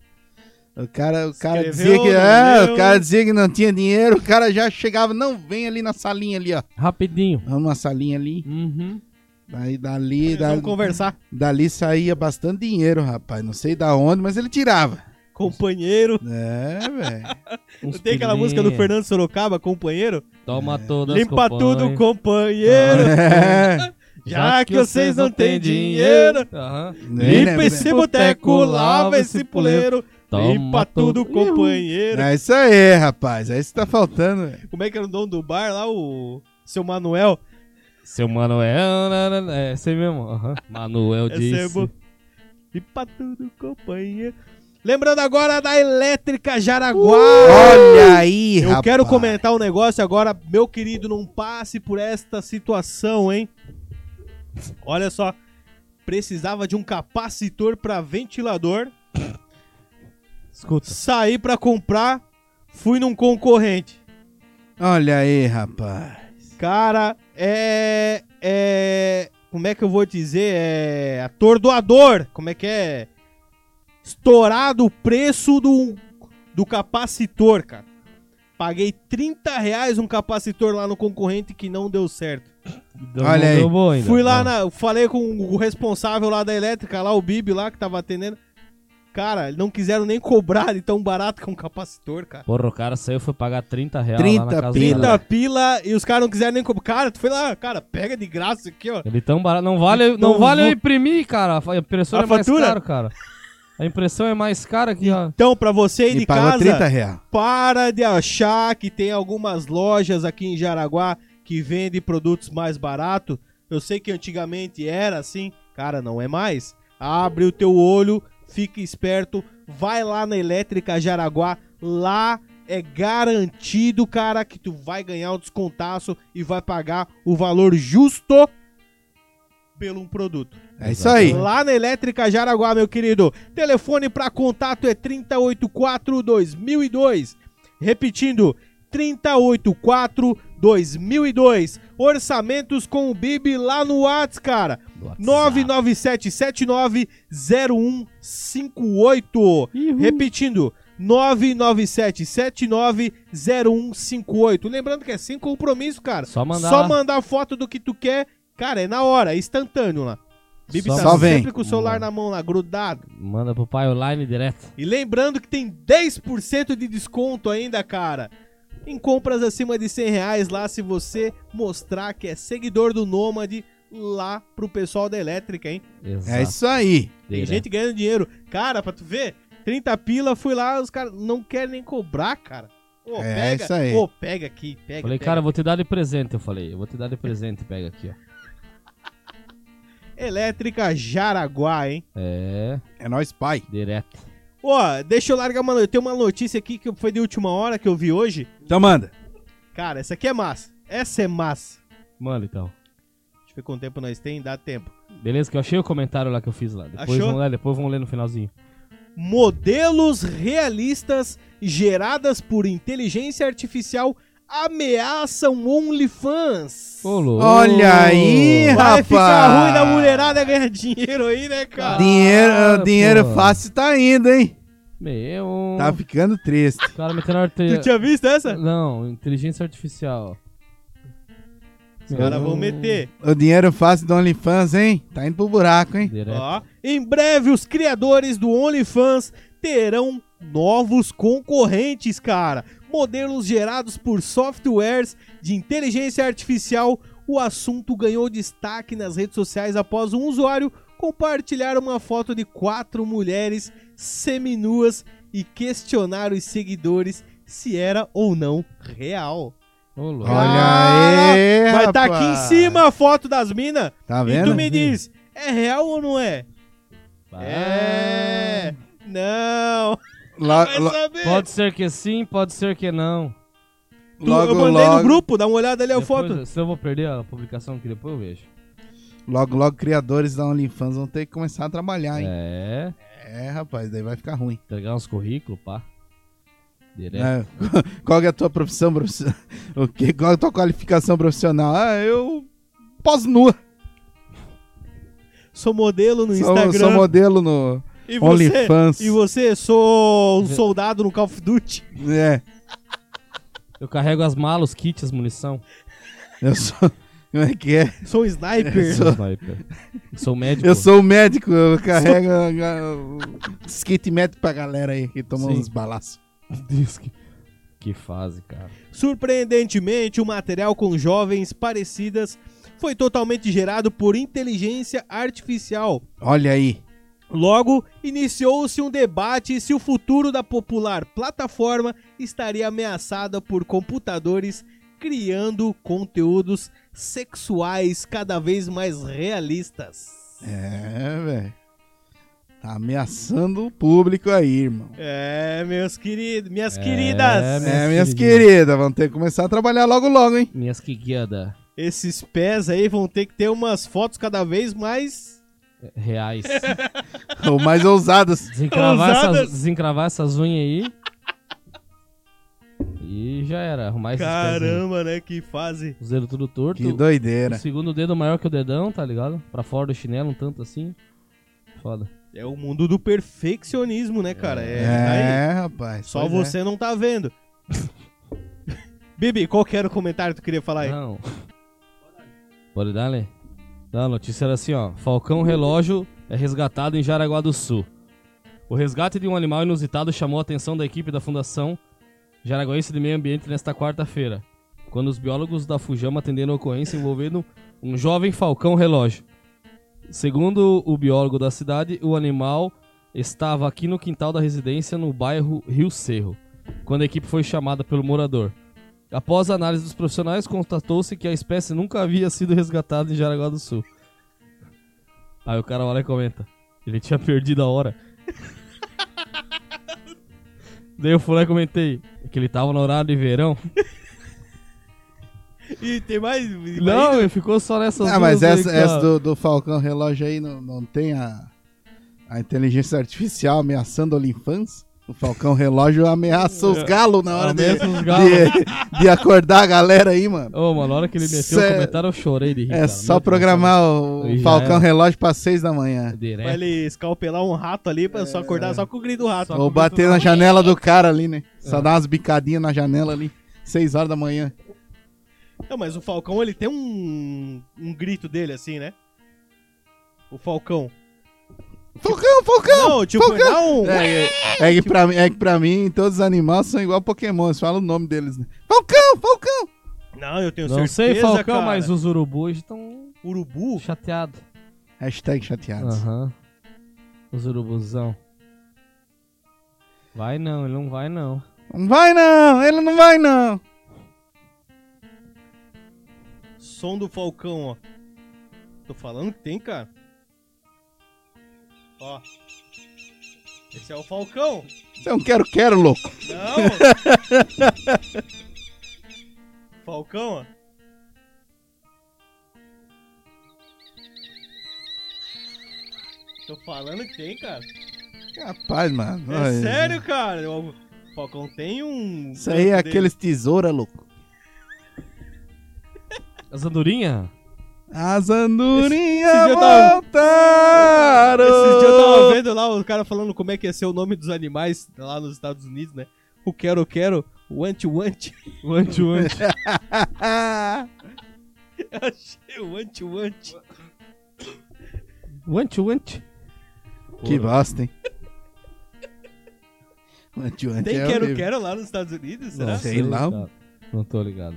O cara, o cara
Escreveu,
dizia que
não
é,
leu.
o cara dizia que não tinha dinheiro, o cara já chegava, não, vem ali na salinha ali, ó.
Rapidinho.
Vamos na salinha ali.
Uhum.
Daí dali,
Eles vão
dali,
conversar.
dali saía bastante dinheiro, rapaz. Não sei da onde, mas ele tirava.
Companheiro.
É,
[laughs]
velho.
Uns
Tem aquela música do
pilinha.
Fernando Sorocaba, companheiro?
Um Toma todas,
Limpa
companhia.
tudo, companheiro.
É.
[laughs] Já que vocês não têm dinheiro.
Aham.
Nem
Limpa
lembro,
esse
né?
boteco,
Boteco,
lava é esse puleiro.
Toma
Limpa
tudo.
tudo, companheiro.
É isso aí, rapaz. É isso que tá faltando, velho.
Como é que era o dono do bar lá, o seu Manuel?
Seu Manuel. né, né, É, esse mesmo. Aham. Manuel
É
disse.
sebo. Limpa tudo, companheiro. Lembrando agora da Elétrica Jaraguá.
Olha aí,
Eu
rapaz.
quero comentar um negócio agora, meu querido, não passe por esta situação, hein? Olha só, precisava de um capacitor para ventilador,
Escuta.
saí para comprar, fui num concorrente.
Olha aí, rapaz.
Cara, é. É. Como é que eu vou dizer? É. Atordoador. Como é que é? Estourado o preço do, do capacitor, cara. Paguei 30 reais um capacitor lá no concorrente que não deu certo.
Não
Olha aí.
deu bom ainda.
Fui lá,
Ah.
na, falei com o responsável lá da elétrica, lá o Bibi lá que tava atendendo. Cara, não quiseram nem cobrar de tão barato que é um capacitor, cara.
Porra, o cara saiu foi pagar 30 reais
30
lá na casa do
30
cara.
30 pila e os caras não quiseram nem cobrar. Cara, tu foi lá, cara, pega de graça isso aqui, ó.
Ele é tão barato. Não vale,
Então
não vale
vou-
eu imprimir, cara. A impressora
A
é mais
fatura?
cara, cara. A impressão é mais cara que a.
Então, pra você aí
Ele
de
pagou
casa,
30 reais.
para de achar que tem algumas lojas aqui em Jaraguá que vendem produtos mais barato. Eu sei que antigamente era assim, cara, não é mais. Abre o teu olho, fica esperto, vai lá na Elétrica Jaraguá, lá é garantido, cara, que tu vai ganhar um descontaço e vai pagar o valor justo pelo um produto.
É isso aí.
Lá na Elétrica Jaraguá, meu querido. Telefone para contato é 3084-2002. Repetindo, 3084 2002. Orçamentos com o Bibi lá no Whats, cara.
Do WhatsApp.
997790158. Repetindo, 997790158. Lembrando que é sem compromisso, cara.
Só mandar
Só
lá.
mandar foto do que tu quer. Cara, é na hora, é instantâneo lá. Bibi
Só-
tá
só
sempre
vem.
com o celular na mão lá, grudado.
Manda pro pai online direto.
E lembrando que tem 10% de desconto ainda, cara. Em compras acima de 100 reais lá, se você mostrar que é seguidor do Nômade, lá pro pessoal da Elétrica, hein?
Exato.
É isso aí.
Tem gente ganhando dinheiro. Cara, pra tu ver, 30 pila, fui lá, os caras não querem nem cobrar, cara. Ô,
É,
pega,
isso aí.
ô, pega aqui, pega.
Falei,
pega.
cara, eu vou te dar de presente, eu falei. Eu vou te dar de presente, pega aqui, ó.
Elétrica Jaraguá, hein?
É,
É nós, pai.
direto.
Ó, deixa eu largar uma. no- Eu tenho uma notícia aqui que foi de última hora que eu vi hoje.
Então manda.
Cara, essa aqui é massa. Essa é massa.
Manda então.
Deixa eu ver quanto tempo nós tem, dá tempo.
Beleza, que eu achei o comentário lá que eu fiz lá. Depois
Achou?
vamos lá, depois vamos ler no finalzinho.
Modelos realistas geradas por inteligência artificial ameaçam OnlyFans.
Olô.
Olha aí,
Vai
rapaz.
ficar ruim da mulherada ganhar dinheiro aí, né, cara?
Dinheiro,
Ah,
dinheiro
pô.
fácil tá indo, hein?
Meu.
Hum.
Tá ficando triste.
O cara metendo arte...
Tu tinha visto essa?
Não, inteligência artificial.
Os caras
Hum,
vão meter.
O dinheiro fácil do OnlyFans, hein? Tá indo pro buraco, hein?
Direto.
Ó, em breve, os criadores do OnlyFans terão novos concorrentes, cara. Modelos gerados por softwares de inteligência artificial. O assunto ganhou destaque nas redes sociais após um usuário compartilhar uma foto de quatro mulheres seminuas e questionar os seguidores se era ou não real.
Olô.
Olha aí,
Vai estar
É, rapaz.
aqui em cima a foto das minas.
Tá
E
vendo?
tu me diz, é real ou não é?
Ah,
É. Não.
Lo-
Vai
Ah, lo-
saber.
Pode ser que sim, pode ser que não.
Tu-
logo,
eu mandei
logo,
no grupo, dá uma olhada ali a
Depois,
foto.
Se eu vou perder a publicação que depois eu vejo.
logo, logo, criadores da OnlyFans vão ter que começar a trabalhar, hein?
É,
É, rapaz, daí vai ficar ruim.
entregar uns currículos, pá. Direto.
É, [laughs] Qual que é a tua profissão profissional? O quê? Qual é a tua qualificação profissional? Ah, eu pós-nua.
Sou modelo no
Sou,
Instagram.
sou modelo no
e você?
OnlyFans.
E você? Sou um soldado no Call of Duty. [laughs]
É,
Eu carrego as malas, os kits, as munição.
eu sou... Como é que é?
Sou um sniper.
Sou-
Sniper. Sou médico.
Eu sou o médico, eu carrego uh, uh, skate médico pra galera aí que toma
Sim.
uns balaços.
Diz que- Que fase, cara.
Surpreendentemente, o material com jovens parecidas foi totalmente gerado por inteligência artificial.
Olha aí.
Logo, iniciou-se um debate se o futuro da popular plataforma estaria ameaçada por computadores criando conteúdos sexuais cada vez mais realistas.
É, velho. Tá ameaçando o público aí, irmão.
É, meus queridos, minhas
É,
queridas,
né?
É, minhas
queridinhas.
queridas, vão ter que começar a trabalhar logo logo, hein?
Minhas quiguiadas
esses pés aí vão ter que ter umas fotos cada vez mais
eh,
[laughs]
reais.
Ou mais ousadas.
Desencravar essas,
Ousadas.
desencravar essas unhas aí. E já era. Arrumar esses pezinhos.
Caramba, né? Que fase.
Os dedos tudo torto.
Que
o
doideira.
segundo dedo maior que o dedão, tá ligado? Pra fora do chinelo, um tanto assim. Foda.
É o mundo do perfeccionismo, né, cara? É,
É,
tá aí.
rapaz.
Só
pois é.
você não tá vendo. Bibi, qual que era o comentário que tu queria falar aí?
Não. Pode dar, né? Não, a notícia era assim, ó. Falcão Relógio é resgatado em Jaraguá do Sul. O resgate de um animal inusitado chamou a atenção da equipe da Fundação Jaraguense de Meio Ambiente nesta quarta-feira, quando os biólogos da Fujama atenderam a ocorrência envolvendo um jovem falcão relógio. Segundo o biólogo da cidade, o animal estava aqui no quintal da residência no bairro Rio Cerro, quando a equipe foi chamada pelo morador. Após a análise dos profissionais, constatou-se que a espécie nunca havia sido resgatada em Jaraguá do Sul. Aí o cara olha e comenta: ele tinha perdido a hora. [laughs] Daí eu fui lá e comentei "É que ele tava no horário de verão.
E tem mais.
Não, ele ficou só nessas
Ah, mas
duas aí,
essa,
cara.
essa do, do Falcão Relógio aí não, não tem a, a inteligência artificial ameaçando a OnlyFans? O Falcão Relógio ameaça os galos na hora de,
É. Ameaça os galos.
de- de acordar a galera aí, mano.
Ô, mano, na hora que ele meteu
Cê-
o comentário, eu chorei de rir.
É
cara.
só
Meu Deus,
programar o
Aí já
Falcão
era. É,
Relógio pra seis da manhã.
cara. Direto.
Pra ele escalpelar um rato ali, pra só acordar só com o grito do rato.
Só
Ou bater na janela do cara ali, né?
É.
Só dar umas bicadinhas na janela ali, seis horas da manhã.
Não, mas o Falcão, ele tem um, um grito dele, assim, né? O Falcão.
Falcão, Falcão!
Não, tipo,
Falcão!
dá um...
É, é, é que pra, mim- é que pra mim todos os animais são igual Pokémon, eles falam o nome deles, né? Falcão, Falcão!
Não, eu tenho
Não
certeza,
sei, Falcão,
cara.
mas os urubus estão
Urubu?
chateados.
Hashtag chateados.
Aham. Os urubuzão. Vai não, ele não vai não.
Não vai não, ele não vai não.
Som do Falcão, ó. Tô falando que tem, cara. Ó. Esse é o Falcão.
Você é um quero-quero, louco.
Não. Falcão, ó. Tô falando que tem, cara.
Rapaz, mano.
É
olha.
sério, cara. O Falcão tem um...
Isso aí é
canto dele.
aqueles tesoura, louco.
As andorinhas?
As
Esse-
andorinhas
esse dia eu tava-
voltaram.
Esses dias eu tava vendo lá o cara falando como é que ia ser o nome dos animais lá nos Estados Unidos, né? O quero, quero, want,
[laughs]
want. [laughs]
Ante, ante.
Ah,
Eu achei o want, want.
Ante, ante.
que
[laughs]
bosta, hein? Ante, ante
Tem
é
quero,
horrível.
quero lá nos Estados Unidos, será?
Não
Sei lá.
ligado. Não tô ligado.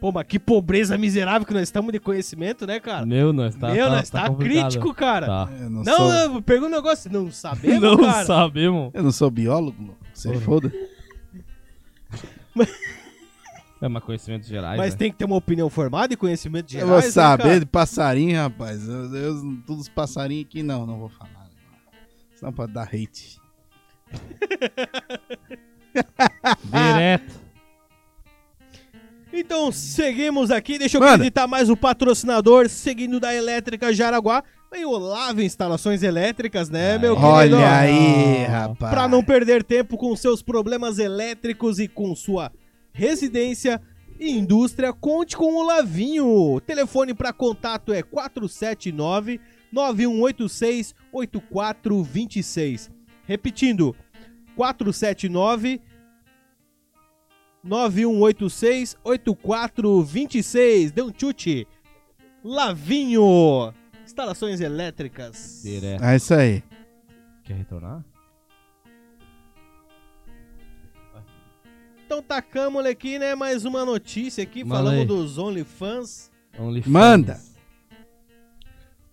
Pô, mas que pobreza miserável que nós estamos de conhecimento, né, cara?
Meu, nós tá
Meu,
tá,
nós tá,
complicado.
crítico, cara.
Tá.
Eu não,
Não,
sou,
não, pergunta um negócio. Não sabemos,
Não
cara.
sabemos.
eu não sou biólogo, louco. Você foda.
É, mas conhecimentos gerais,
Mas
né?
tem que ter uma opinião formada e conhecimento né,
Eu
geral.
vou saber de passarinho, rapaz. Eu, eu- todos os passarinhos aqui, não, não vou falar. né? Senão pode dar hate.
Ah!
Direto.
Então, seguimos aqui. Deixa eu
Manda.
acreditar mais o patrocinador, seguindo da Elétrica Jaraguá. Vem o Lava Instalações Elétricas, né, meu querido?
Olha aí, rapaz.
Para não perder tempo com seus problemas elétricos e com sua residência e indústria, conte com o Lavinho. O telefone para contato é 479 9186 8426. Repetindo, 479 9186 8426. Dê um chute. Lavinho. Instalações elétricas.
Direto.
É isso aí.
Quer retornar?
Então tacamos ele aqui, né? Mais uma notícia aqui,
Manda
falando
aí.
dos OnlyFans.
OnlyFans.
Manda.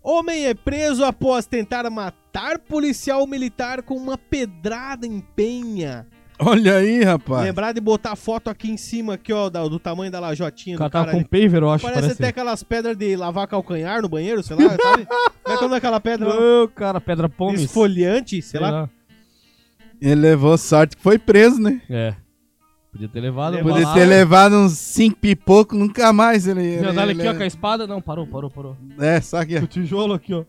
Homem é preso após tentar matar policial militar com uma pedrada em penha.
Olha aí, rapaz.
Lembrar de botar a foto aqui em cima, aqui, ó, da- do, tamanho da lajotinha
O
do
cara
cara.
tava com
ali.
paver, eu acho.
Parece,
Parece,
até aquelas pedras de lavar calcanhar no banheiro, sei lá, sabe?
[laughs]
Como é que é aquela pedra? lá?
Ô, cara, pedra pomes.
Esfoliante, sei, lá.
Ele levou sorte que foi preso, né?
É. Podia ter levado.
Levou.
Poder
uma
ter
lá.
levado uns cinco pipoco, nunca mais ele.
Meu,
ele-
dá-lhe aqui, ó, com
ele-
a espada. Não, parou, parou, parou.
É, só que.
O tijolo aqui, ó.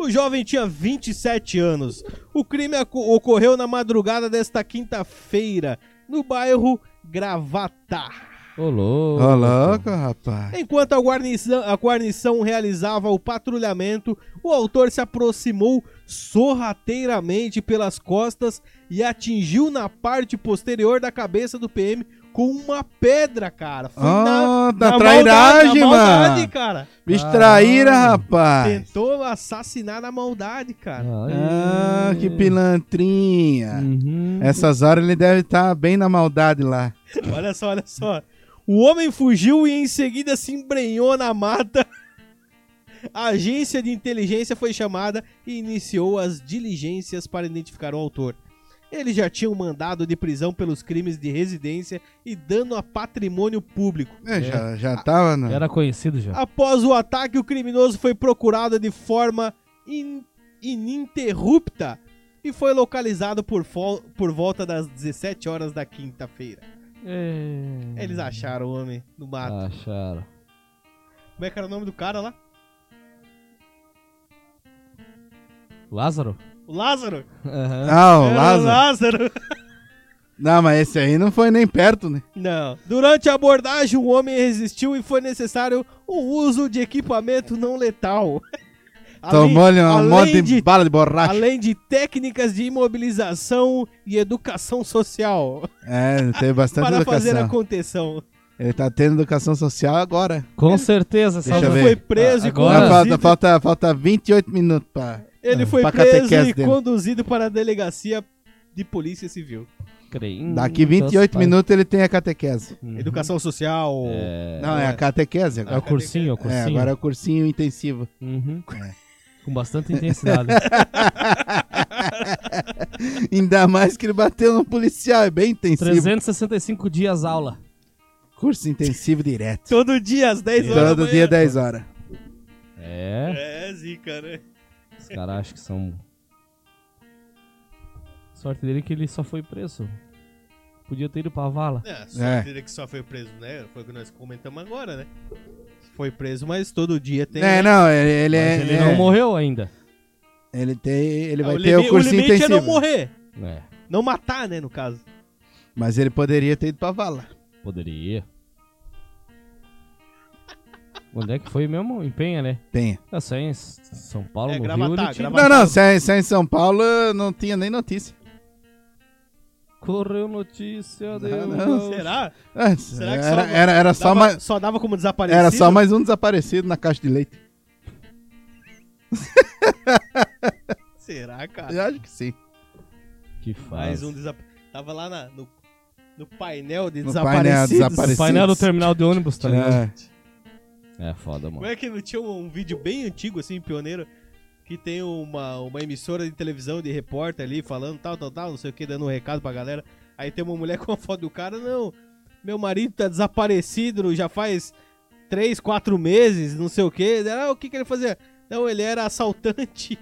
O jovem tinha 27 anos. O crime aco- ocorreu na madrugada desta quinta-feira, no bairro Gravatá.
Ô, louco.
Ô, louco, rapaz.
Enquanto a guarnição, a guarnição realizava o patrulhamento, o autor se aproximou sorrateiramente pelas costas e atingiu na parte posterior da cabeça do PM com uma pedra, cara. Foi
Ó, Ah,
maldade,
da tá trairagem,
na maldade, Ah.
mano.
cara.
Bicho traíra, rapaz.
Tentou assassinar na maldade, cara.
Ah, que
Hum.
pilantrinha.
Uhum.
Essas horas ele deve estar bem na maldade lá.
Olha só, olha só. O homem fugiu e em seguida se embrenhou na mata. A agência de inteligência foi chamada e iniciou as diligências para identificar o autor. Ele já tinha um mandado de prisão pelos crimes de residência e dano a patrimônio público.
É, Já, já tava, né?
Era conhecido já.
Após o ataque, o criminoso foi procurado de forma in- ininterrupta e foi localizado por, fol- por volta das 17 horas da quinta-feira.
Ah.
É.
Eles acharam o homem no mato.
Acharam.
Como é que era o nome do cara lá?
Lázaro?
O Lázaro?
Aham.
Ah, o
Era o
Lázaro.
Lázaro. [laughs]
Não, mas esse aí não foi nem perto, né?
Não. Durante a abordagem, o homem resistiu e foi necessário o uso de equipamento não letal. Além-
[laughs] Tomou-lhe uma
além
moto de,
de-
bala de borracha.
Além de técnicas de imobilização e educação social
É, teve bastante
para fazer
educação.
a contenção.
Ele tá tendo educação social agora.
Com certeza, essa
Deixa eu ver.
altura-
Foi preso e
Agora-
Ah,
conduzido.
falta, falta, falta 28 minutos pra...
Ele foi
pra
preso
catequese
e
dele.
conduzido para a delegacia de polícia civil. Hum,
Crentes,
Daqui
então
28
pai.
minutos ele tem a catequese.
Uhum.
Educação social.
não, é a catequese
É o
agora.
cursinho, é o
É,
cursinho.
agora é o cursinho intensivo.
Uhum.
É.
Com
[laughs]
bastante intensidade.
Ainda mais que ele bateu no policial, é bem intensivo.
365 dias aula.
Curso
[laughs]
intensivo direto.
Todo dia às 10 horas.
Todo
da
dia
manhã.
10 horas.
É,
É, zica, né?
os caras acham que são. Sorte dele que ele só foi preso. Podia ter ido pra vala.
É,
É.
só dizer que só foi preso, né? Foi o que nós comentamos agora, né? Foi preso, mas todo dia tem. né?
É, não, ele, ele é.
Mas ele
é,
não morreu ainda.
Ele tem. Ele
Ah,
vai
o
ter
limi-
o curso
limite
intensivo.
é não morrer.
É,
Não matar, né, no caso.
Mas ele poderia ter ido pra vala.
poderia. Onde é que foi mesmo? Em Penha, né?
Penha.
Ah, só em S- São Paulo,
É,
no
Gravatá,
Rio, ele tinha...
Gravatá.
Não, não, se é, se é em São Paulo não tinha nem notícia.
Correu notícia, de
[laughs]
não,
um-
Será?
Ah,
Será que só-
era, era, era, só
dava,
mais,
só dava como desaparecido?
era só mais um desaparecido na caixa de leite.
Será, cara?
Eu acho que sim.
Que faz.
Mais um desaparecido. Tava lá na- no, no painel de
No painel
desaparecidos.
de desaparecidos.
Painel do terminal de ônibus, tá ligado?
É.
É foda,
Como
mano.
é que não tinha um vídeo bem antigo, assim, pioneiro, que tem uma, uma emissora de televisão de repórter ali falando tal, tal, tal, não sei o que, dando um recado pra galera. Aí tem uma mulher [laughs] com a foto do cara, não, meu marido tá desaparecido já faz três, quatro meses, não sei o que. Ah, o que que ele fazia? Não, ele era
[laughs]
assaltante.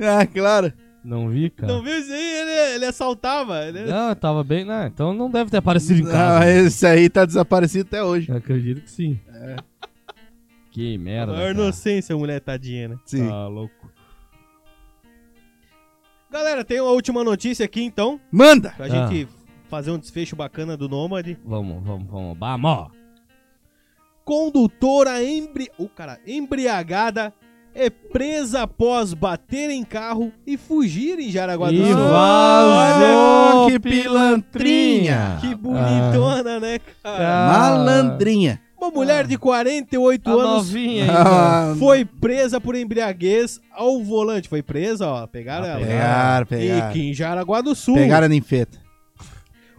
Ah, claro.
Não vi, cara.
Não viu isso aí? Ele, ele assaltava. Ele...
Não, eu tava bem. Não, então não deve ter aparecido em casa.
Ah, esse aí É. tá desaparecido até hoje.
Eu acredito que sim. Que merda.
Maior
cara.
inocência, mulher tadinha, né?
Sim.
Tá louco.
Galera, tem uma última notícia aqui, então,
Manda!
pra
Ah.
gente fazer um desfecho bacana do Nômade.
Vamos, vamos, vamos. Vamos!
Condutora embri... Ô, cara, embriagada é presa após bater em carro e fugir em Jaraguá do
E
Sul.
vazou,
Olha, que pilantrinha!
Que bonitona, né,
Ah.
cara?
Malandrinha.
Uma mulher de 48
Tá
anos
novinha então. ainda.
Ah,
foi presa por embriaguez ao volante. Foi presa, ó, pegaram
Ah,
ela.
pegaram, pegaram.
E aqui em Jaraguá do Sul.
Pegaram a ninfeta.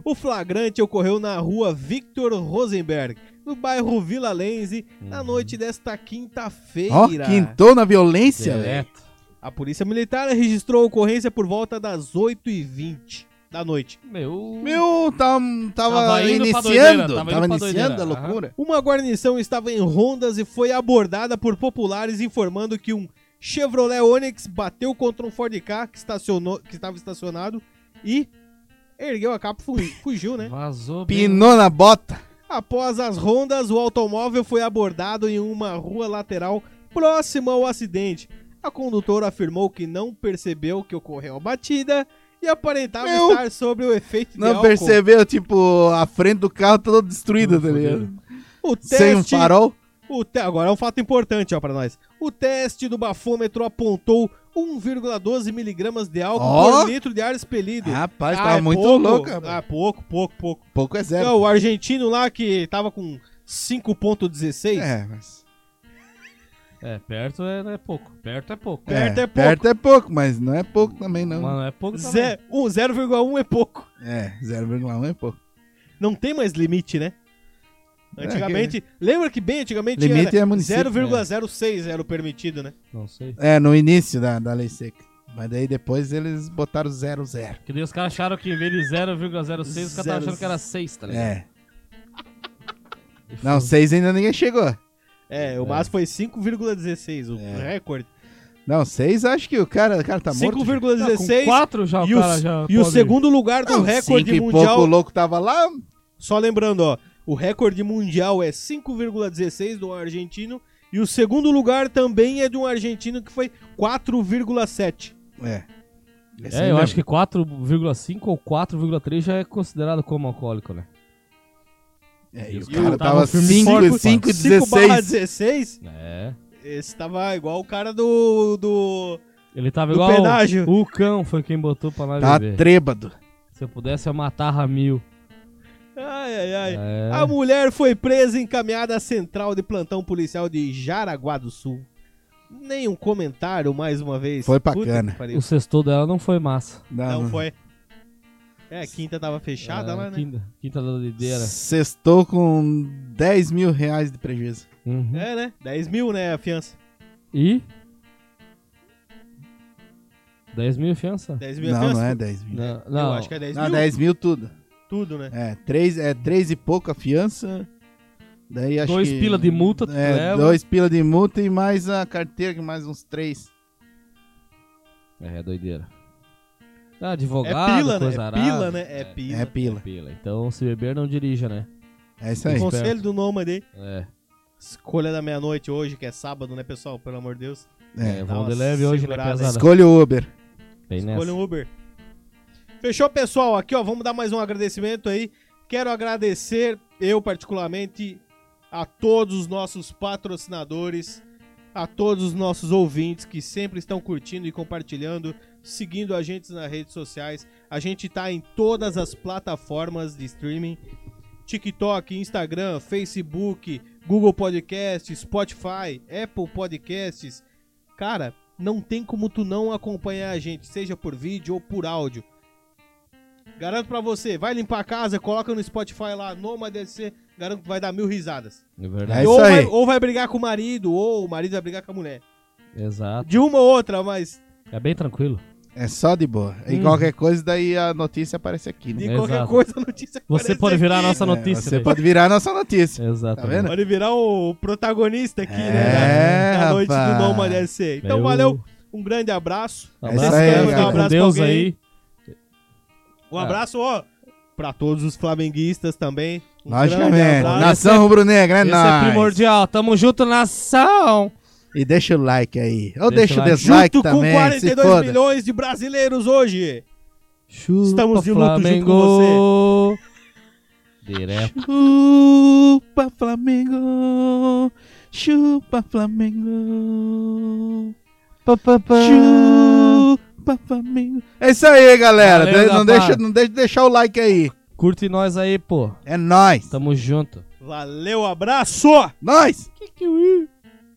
O flagrante ocorreu na rua Victor Rosenberg, no bairro Vila Lense, na
Uhum.
noite desta quinta-feira.
Hum. Ó, quintou na
É.
violência, velho.
Direto.
A polícia militar registrou a ocorrência por volta das 8h20 da noite.
Meu.
Meu, tava, tava,
Tava indo pra doideira,
iniciando.
tava
Tava,
indo pra
iniciando
doideira,
a loucura.
Uma guarnição estava em rondas e foi abordada por populares informando que um Chevrolet Onix bateu contra um Ford K que, estacionou, que estava estacionado e ergueu a capa e
[laughs]
fugi- fugiu, né?
Vazou. bem-
Pinou na bota.
Após as rondas, o automóvel foi abordado em uma rua lateral próxima ao acidente. A condutora afirmou que não percebeu que ocorreu a batida e aparentava
Meu!
estar sobre o efeito de
Não
álcool.
percebeu, tipo, a frente do carro toda destruída, tá ligado?
O
Sem um
teste,
farol.
o te- agora é um fato importante ó para nós. O teste do bafômetro apontou 1,12 miligramas de álcool
Ó!
por litro de ar expelido.
Rapaz,
Ah,
tava
é
muito
pouco?
louca.
Ah, pouco, pouco, pouco.
Pouco é zero.
Não, o argentino lá que tava com 5,16.
É, mas...
É, perto é, é pouco. Perto é pouco.
Perto é pouco.
Perto é pouco, mas não é pouco também, não.
Mano, é pouco. também.
Zé- um- 0,1 é pouco.
É, 0,1 é pouco.
Não tem mais limite, né?
É,
Antigamente. Lembra que bem antigamente
Limite é
era
município,
0,06 era o permitido, né?
Não sei.
É, no início da, da lei seca. Mas daí depois eles botaram 0, 0.
Que daí os caras acharam que em vez de 0,06, os caras estavam achando que era 6, tá ligado?
É. Não, 6 ainda ninguém chegou.
É, o máximo foi 5,16, o recorde.
Não, 6 acho que o cara, o cara É. tá morto.
Com
5,16
quatro já Ah, o
e o,
cara já.
e o
pode-
segundo lugar do
Não, cinco
um recorde
e pouco o
mundial.
louco tava lá.
Só lembrando, ó. O recorde mundial é 5,16 do argentino E o segundo lugar também é de um argentino que foi 4,7.
É. Esse
É,
aí
eu
mesmo.
acho que 4,5 ou 4,3 já é considerado como alcoólico, né?
É, e o
Eu
cara
tava
tava
firme
5,
em
5
5 barra
16.
16,
É.
esse tava igual o cara do... do...
Ele tava
Do
igual o-
pedágio.
o cão, foi quem botou pra lá
Tá
beber.
trêbado.
Se eu pudesse, eu matava mil.
Ai, ai, ai.
É.
A mulher foi presa e encaminhada à central de plantão policial de Jaraguá do Sul. Nenhum comentário, mais uma vez.
Foi pra
Puta que
cana.
pariu.
O sextou dela não foi massa.
Não foi. É, a quinta tava fechada
né? É,
lá, né?
Quinta, quinta da doideira.
Sextou com 10 mil reais de prejuízo.
Uhum.
É, né? 10 mil, né, a fiança?
E? 10 mil fiança?
10 mil a
Não,
fiança?
não é 10 mil.
Não,
Eu
não.
acho que é 10
Não,
mil.
10 mil tudo.
Tudo, né?
É, 3 é três e pouco a fiança. Daí acho
Dois
que-
pila de multa, tu
É,
leva.
dois pila de multa e mais a carteira, que mais uns três.
É, doideira. Ah,
É
advogado,
pila, né?
coisa
É
arada.
pila, né? É pila.
É pila.
Pila. Então, se beber, não dirija, né?
É isso aí.
O
Bom.
Conselho do Nômade aí.
É.
Escolha da meia-noite hoje, que é sábado, né, pessoal? Pelo amor de Deus.
É.
É, vão
uma
de leve hoje, né?
segurada.
Pesada.
Escolha o Uber.
Tem
Escolha
nessa.
um Uber. Fechou, pessoal? Aqui, ó, vamos dar mais um agradecimento aí. Quero agradecer, eu particularmente, a todos os nossos patrocinadores, a todos os nossos ouvintes que sempre estão curtindo e compartilhando, seguindo a gente nas redes sociais. A gente tá em todas as plataformas de streaming: TikTok, Instagram, Facebook, Google Podcasts, Spotify, Apple Podcasts. Cara, não tem como tu não acompanhar a gente, seja por vídeo ou por áudio. Garanto pra você, vai limpar a casa, coloca no Spotify lá, Noma DC, garanto que vai dar mil risadas.
É verdade.
isso
ou, Vai,
aí.
ou vai brigar com o marido, ou o marido vai brigar com a mulher.
Exato.
De uma ou outra, mas
É bem tranquilo.
É só de boa. E
Hum.
qualquer coisa, daí a notícia aparece aqui, né?
de
Exato.
qualquer coisa a notícia
Você
aparece
pode virar a
aqui.
nossa
É,
notícia.
Você
né?
pode virar a nossa notícia.
Exatamente.
Tá vendo?
Pode virar o protagonista aqui,
É,
né? Da, da noite
rapaz.
do Noma DC. Então
Eu-
valeu, um grande abraço.
Um
É
abraço,
isso aí,
galera.
galera.
Fica
Abraço pra
com Deus
alguém aí.
aí.
Um
É.
abraço, ó, pra todos os flamenguistas também. Um grande
Logicamente.
abraço.
Nação
Esse é-
rubro-negra, é
Isso é
nóis.
primordial. Tamo junto, nação.
E deixa o like aí. Ou deixa,
Deixa
o
o like.
dislike
Junto
também.
com
se
42
foda.
milhões de brasileiros hoje.
Chupa,
Estamos de luto junto
Flamengo. Direto.
Chupa Flamengo. Chupa Flamengo. Chupa Flamengo. É isso aí, galera.
Valeu,
não,
rapaz.
deixa, não deixa de deixar o like aí.
Curte nós aí, pô.
É nóis.
Tamo junto.
Valeu, abraço!
Nós.
Que que eu-